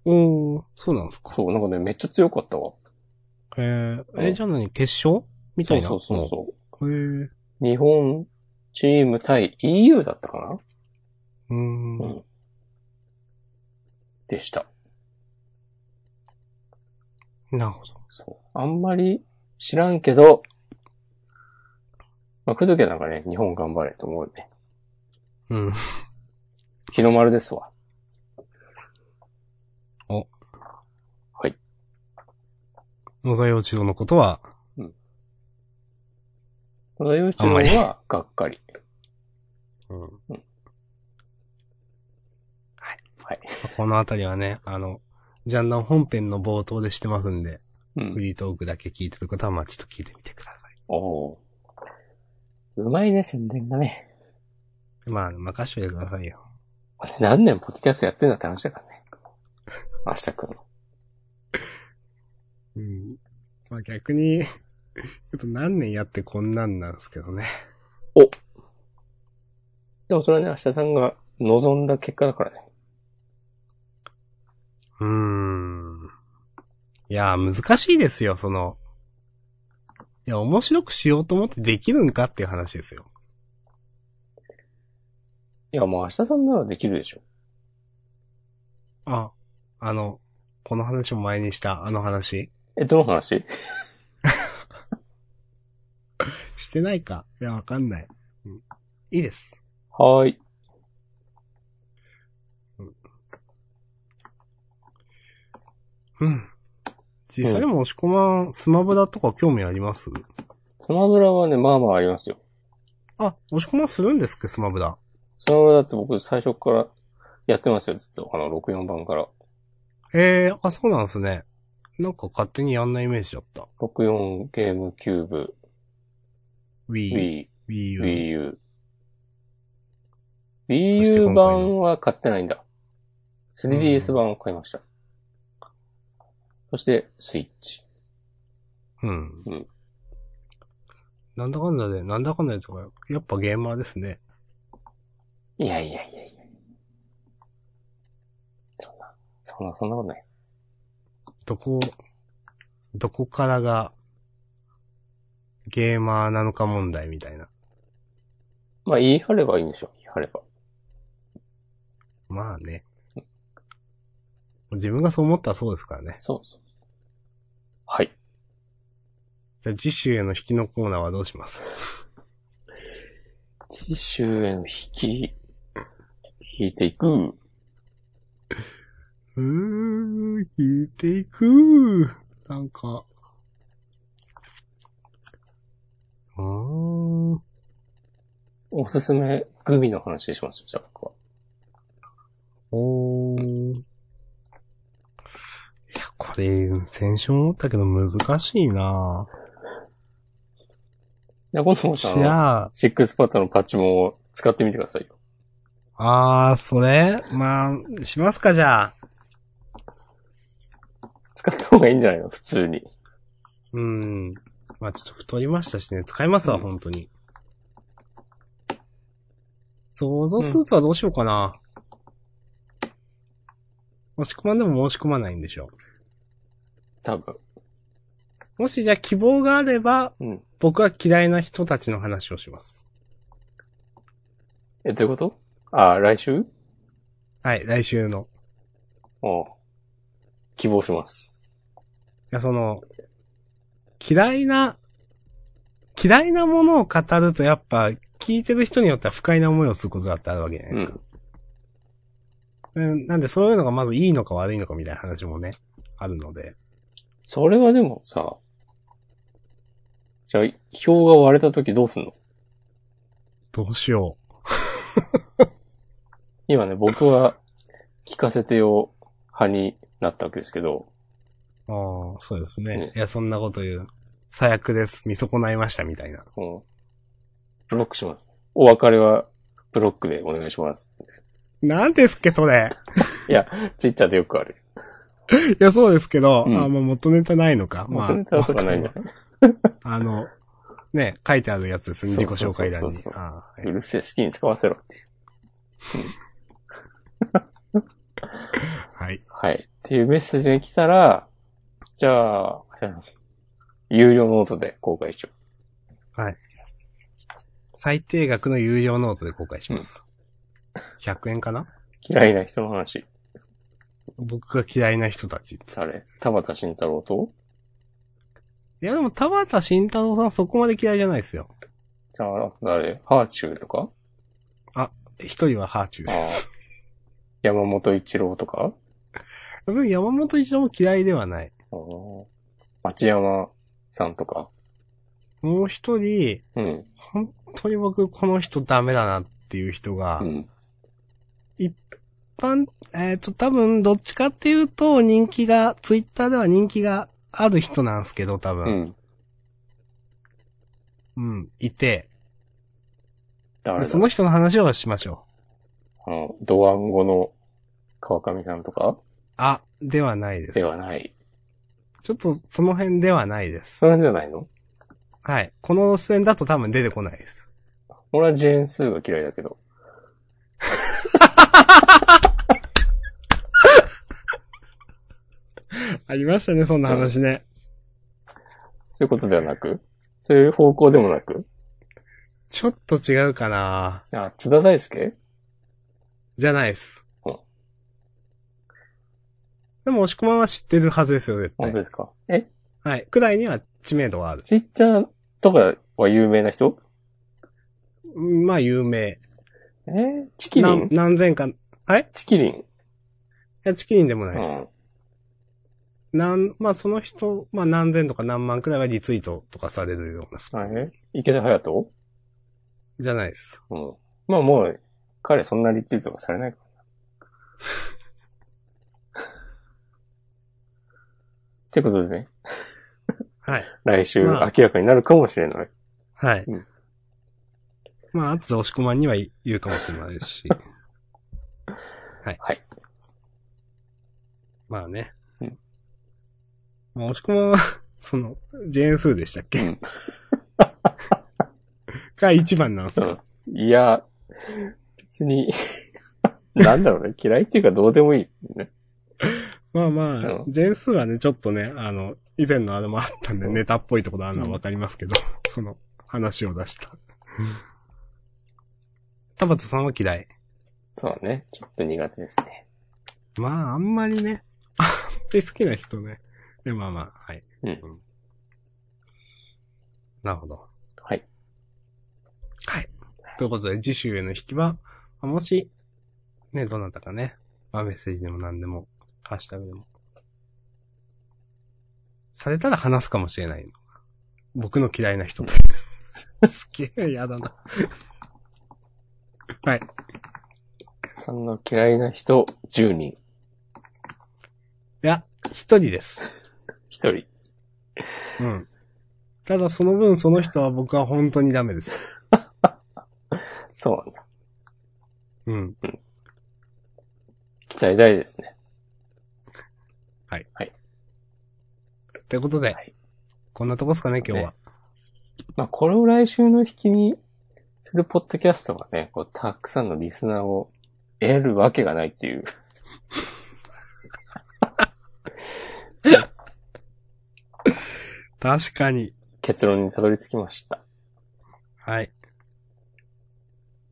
Speaker 2: おー、そうなんですか。
Speaker 1: そう、なんかね、めっちゃ強かったわ。
Speaker 2: えー、えーじゃあ何決勝みた
Speaker 1: そ
Speaker 2: いうな。
Speaker 1: そうそうそう。
Speaker 2: う。へえ。
Speaker 1: 日本チーム対 EU だったかな
Speaker 2: うーん。
Speaker 1: うんでした。
Speaker 2: なるほど。
Speaker 1: そう。あんまり知らんけど、まあ、来るときはなんかね、日本頑張れと思うね。
Speaker 2: うん。
Speaker 1: 日の丸ですわ。
Speaker 2: 野田洋一郎のことは、
Speaker 1: 野田洋一郎
Speaker 2: あんまり
Speaker 1: はがっかり。
Speaker 2: うん。はい
Speaker 1: うん。はい。
Speaker 2: このあたりはね、あの、ジャンダン本編の冒頭でしてますんで、
Speaker 1: う
Speaker 2: フ
Speaker 1: ん。
Speaker 2: リートークだけ聞いてる方は、まあちょっと聞いてみてくださ
Speaker 1: おおー。うまいね、宣伝がね。
Speaker 2: い。まあ任しといてくださいよ。
Speaker 1: あれ何年ポッドキャストやってんだって話だからね。明日くんの。
Speaker 2: うん。まあ逆に、 ちょっと何年やってこんなんなんですけどね。
Speaker 1: でもそれはね、明日さんが望んだ結果だからね。
Speaker 2: うーん。いやー、難しいですよ、その。いや、面白くしようと思ってできるんかっていう話ですよ。
Speaker 1: いや、もう明日さんならできるでしょ。
Speaker 2: あ、あの、この話も前にした、あの話。
Speaker 1: え、どの話
Speaker 2: してないかいや、わかんない。うん、いいです。
Speaker 1: はーい。
Speaker 2: うん。実際も押し込まん、スマブラとか興味あります
Speaker 1: スマブラはね、まあまあありますよ。
Speaker 2: あ、押し込まんするんですか、スマブラ。
Speaker 1: スマブラだって僕最初からやってますよ、ずっと。あの、64番から。
Speaker 2: えー、あ、そうなんですね。なんか勝手にやんないイメージだった。
Speaker 1: 64ゲームキューブ、
Speaker 2: Wii、
Speaker 1: Wii、
Speaker 2: Wii U。
Speaker 1: Wii U。
Speaker 2: そ
Speaker 1: Wii
Speaker 2: して
Speaker 1: U
Speaker 2: 今回の
Speaker 1: 版は買ってないんだ。3DS 版を買いました。そして、スイッチ。
Speaker 2: うん。
Speaker 1: うん
Speaker 2: なんだかんだで、なんだかんだですかやっぱゲーマーですね。
Speaker 1: いやいやいやいや。そんな、そんな、そんなことないです。
Speaker 2: どこ、どこからが、ゲーマーなのか問題みたいな。
Speaker 1: まあ、言い張ればいいんでしょう、言い張れば。
Speaker 2: まあね。自分がそう思ったらそうですからね。
Speaker 1: そうそう。はい。
Speaker 2: じゃあ次週への引きのコーナーはどうします
Speaker 1: 次週への引き、引いていく。
Speaker 2: うーん、引いていく。なんか。うーん。
Speaker 1: おすすめグミの話しますよ、じゃあ僕は。
Speaker 2: おー。いや、これ、先週も思ったけど難しいな
Speaker 1: じゃあ、今度もさ
Speaker 2: じ、ゃあ、
Speaker 1: シックスパッドのパチモンを使ってみてください よ。
Speaker 2: あー、それまあ、しますか、じゃあ。
Speaker 1: 使った方がいいんじゃないの普通に。
Speaker 2: うん。まあ、ちょっと太りましたしね、使いますわ、
Speaker 1: うん
Speaker 2: 本当に。想像スーツはどうしようかな。申し込まんでも申し込まないんでしょ
Speaker 1: 多分。
Speaker 2: う。もしじゃあ希望があれば、
Speaker 1: うん。
Speaker 2: 僕は嫌いな人たちの話をします。
Speaker 1: え、どういうことああ、来週
Speaker 2: はい、来週の。
Speaker 1: ああ。希望します。
Speaker 2: いや、その、嫌いな、嫌いなものを語るとやっぱ、聞いてる人によっては不快な思いをすることだってあるわけじゃないですか。うんなんでそういうのがまずいいのか悪いのかみたいな話もね、あるので。
Speaker 1: それはでもさ、じゃあ、票が割れた時どうすんの
Speaker 2: どうしよ
Speaker 1: 今ね、僕は聞かせてよ派になったわけですけど、
Speaker 2: う。ああ、そうです
Speaker 1: ね
Speaker 2: ね。いや、そんなこと言う。最悪です。見損ないました、みたいな。
Speaker 1: うん。ブロックします。お別れはブロックでお願いします。
Speaker 2: なんですっけ、それ。
Speaker 1: いや、ツイッターでよくある。
Speaker 2: いや、そうですけど、
Speaker 1: うん
Speaker 2: あまあ、元ネタないのか。まあ、
Speaker 1: 元ネタとかないんだ
Speaker 2: わかん あの、ね、書いてあるやつですね、自己紹介欄に
Speaker 1: そうそうそうそう。
Speaker 2: あーは
Speaker 1: う
Speaker 2: い
Speaker 1: るせえ、好きに使わせろっていう。
Speaker 2: はい。
Speaker 1: はい。っていうメッセージが来たら、じゃあ、あれなんです有料ノートで公開しよ
Speaker 2: 最低額の有料ノートで公開します。100円かな
Speaker 1: う。嫌いな人の話。
Speaker 2: 僕が嫌いな人たち。い
Speaker 1: され、田畑慎太郎と、
Speaker 2: や、でも、田畑慎太郎さんそこまで嫌いじゃないですよ。
Speaker 1: じゃあ、誰ハーチューとか
Speaker 2: 一人はハーチュー
Speaker 1: あ
Speaker 2: で
Speaker 1: ー
Speaker 2: す。
Speaker 1: 山本一郎とか
Speaker 2: 僕、山本一郎も嫌いではない。
Speaker 1: あー町山さんとか
Speaker 2: もう一人、
Speaker 1: うん。
Speaker 2: 本当に僕、この人ダメだなっていう人が、
Speaker 1: うん。
Speaker 2: 一般、えっ、と、多分、どっちかっていうと、人気が、ツイッターでは人気がある人なんですけど、多
Speaker 1: う
Speaker 2: 分。
Speaker 1: ん。
Speaker 2: うん。いて、で
Speaker 1: 誰だ
Speaker 2: その人の話をしましょ
Speaker 1: あ
Speaker 2: う。
Speaker 1: の、ドワンゴの川上さんとか
Speaker 2: あ、ではないです。
Speaker 1: ではない。
Speaker 2: ちょっと、その辺ではないです。
Speaker 1: それじゃないの
Speaker 2: はい。この視点だと多分出てこないです。
Speaker 1: 俺はジェーンスーが嫌いだけど。
Speaker 2: ありましたね、そんな話ね。
Speaker 1: そういうことではなくそういう方向でもなく
Speaker 2: ちょっと違うかな
Speaker 1: あ、津田大介
Speaker 2: じゃないです
Speaker 1: うん。
Speaker 2: でも、押し込まんは知ってるはずですよ、絶
Speaker 1: 本
Speaker 2: 対
Speaker 1: 当。ですか、え
Speaker 2: はい。くらいには知名度はある。
Speaker 1: ツイッターとかは有名な人
Speaker 2: うんまあ、有名。
Speaker 1: えーチキリ
Speaker 2: なん
Speaker 1: ン
Speaker 2: 何千か、い
Speaker 1: チキリン。
Speaker 2: や、チキンでもないです。
Speaker 1: う
Speaker 2: なん、まあ、その人、まあ、何千とか何万くらいはリツイートとかされるような、普
Speaker 1: ん。あ
Speaker 2: 通
Speaker 1: れ池田隼人
Speaker 2: じゃないです。
Speaker 1: うん。まあもう、彼そんなリツイートがされないかな。 ってことでね、
Speaker 2: はい。
Speaker 1: 来週
Speaker 2: まあ
Speaker 1: 明らかになるかもしれない。
Speaker 2: はい。
Speaker 1: うん
Speaker 2: まあ、あとで押し込まんには言うかもしれない し。はい。
Speaker 1: はい。
Speaker 2: まあね。
Speaker 1: うん
Speaker 2: まあ、押し込まんは、 その、ジェーンスーでしたっけ、
Speaker 1: うん
Speaker 2: が一番なんですか、
Speaker 1: うんいや、別に、 なんだろうね、嫌いっていうかどうでもいい、ね。
Speaker 2: まあまあ、
Speaker 1: うん
Speaker 2: ジェーンスーはね、ちょっとね、あの、以前のあれもあったんで、
Speaker 1: うん
Speaker 2: ネタっぽいところあるのはわかりますけど、 その話を出した。田畑さんは嫌い。
Speaker 1: そうだね、ちょっと苦手ですね。
Speaker 2: まあ、あんまりね。あんまり好きな人ね。で、まあまあ、はい。
Speaker 1: うん
Speaker 2: なるほど。
Speaker 1: はい。
Speaker 2: はい。ということで、次週への引きは、まあもし、ね、どなたかね、まあメッセージでも何でも、ハッシュタグでも。されたら話すかもしれないのが。僕の嫌いな人と。すげえ嫌だな。はい。
Speaker 1: さんの嫌いな人10人、
Speaker 2: いや、一人です。
Speaker 1: 1人。
Speaker 2: うん。ただその分その人は僕は本当にダメです。
Speaker 1: そうなんだ。
Speaker 2: うん。
Speaker 1: 期待大ですね。
Speaker 2: ってことで、
Speaker 1: はい
Speaker 2: こんなとこですかね、今日は。
Speaker 1: まあこれを来週の引きにするポッドキャストがね、こうたくさんのリスナーを得るわけがないっていう。
Speaker 2: 確かに。
Speaker 1: 結論にたどり着きました。
Speaker 2: はい。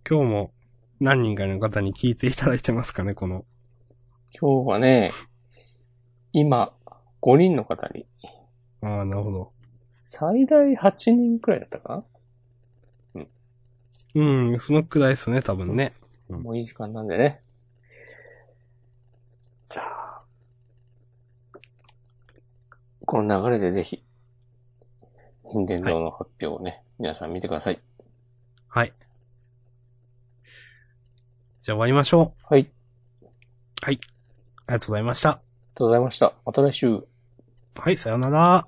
Speaker 2: 今日も何人かの方に聞いていただいてますかね、この。
Speaker 1: 今日はね、今、5人の方に、
Speaker 2: ああ、なるほど。
Speaker 1: 最大8人くらいだったか
Speaker 2: うん、そのくらいですね、多分ね。
Speaker 1: なもういい時間なんでね。じゃあ、この流れでぜひ、任天堂の発表をね、皆さん見てください。
Speaker 2: はい。じゃあ終わりましょう。
Speaker 1: はい、あり
Speaker 2: ありがとうございました。
Speaker 1: がとうございました。また来週。
Speaker 2: はい、さようなら。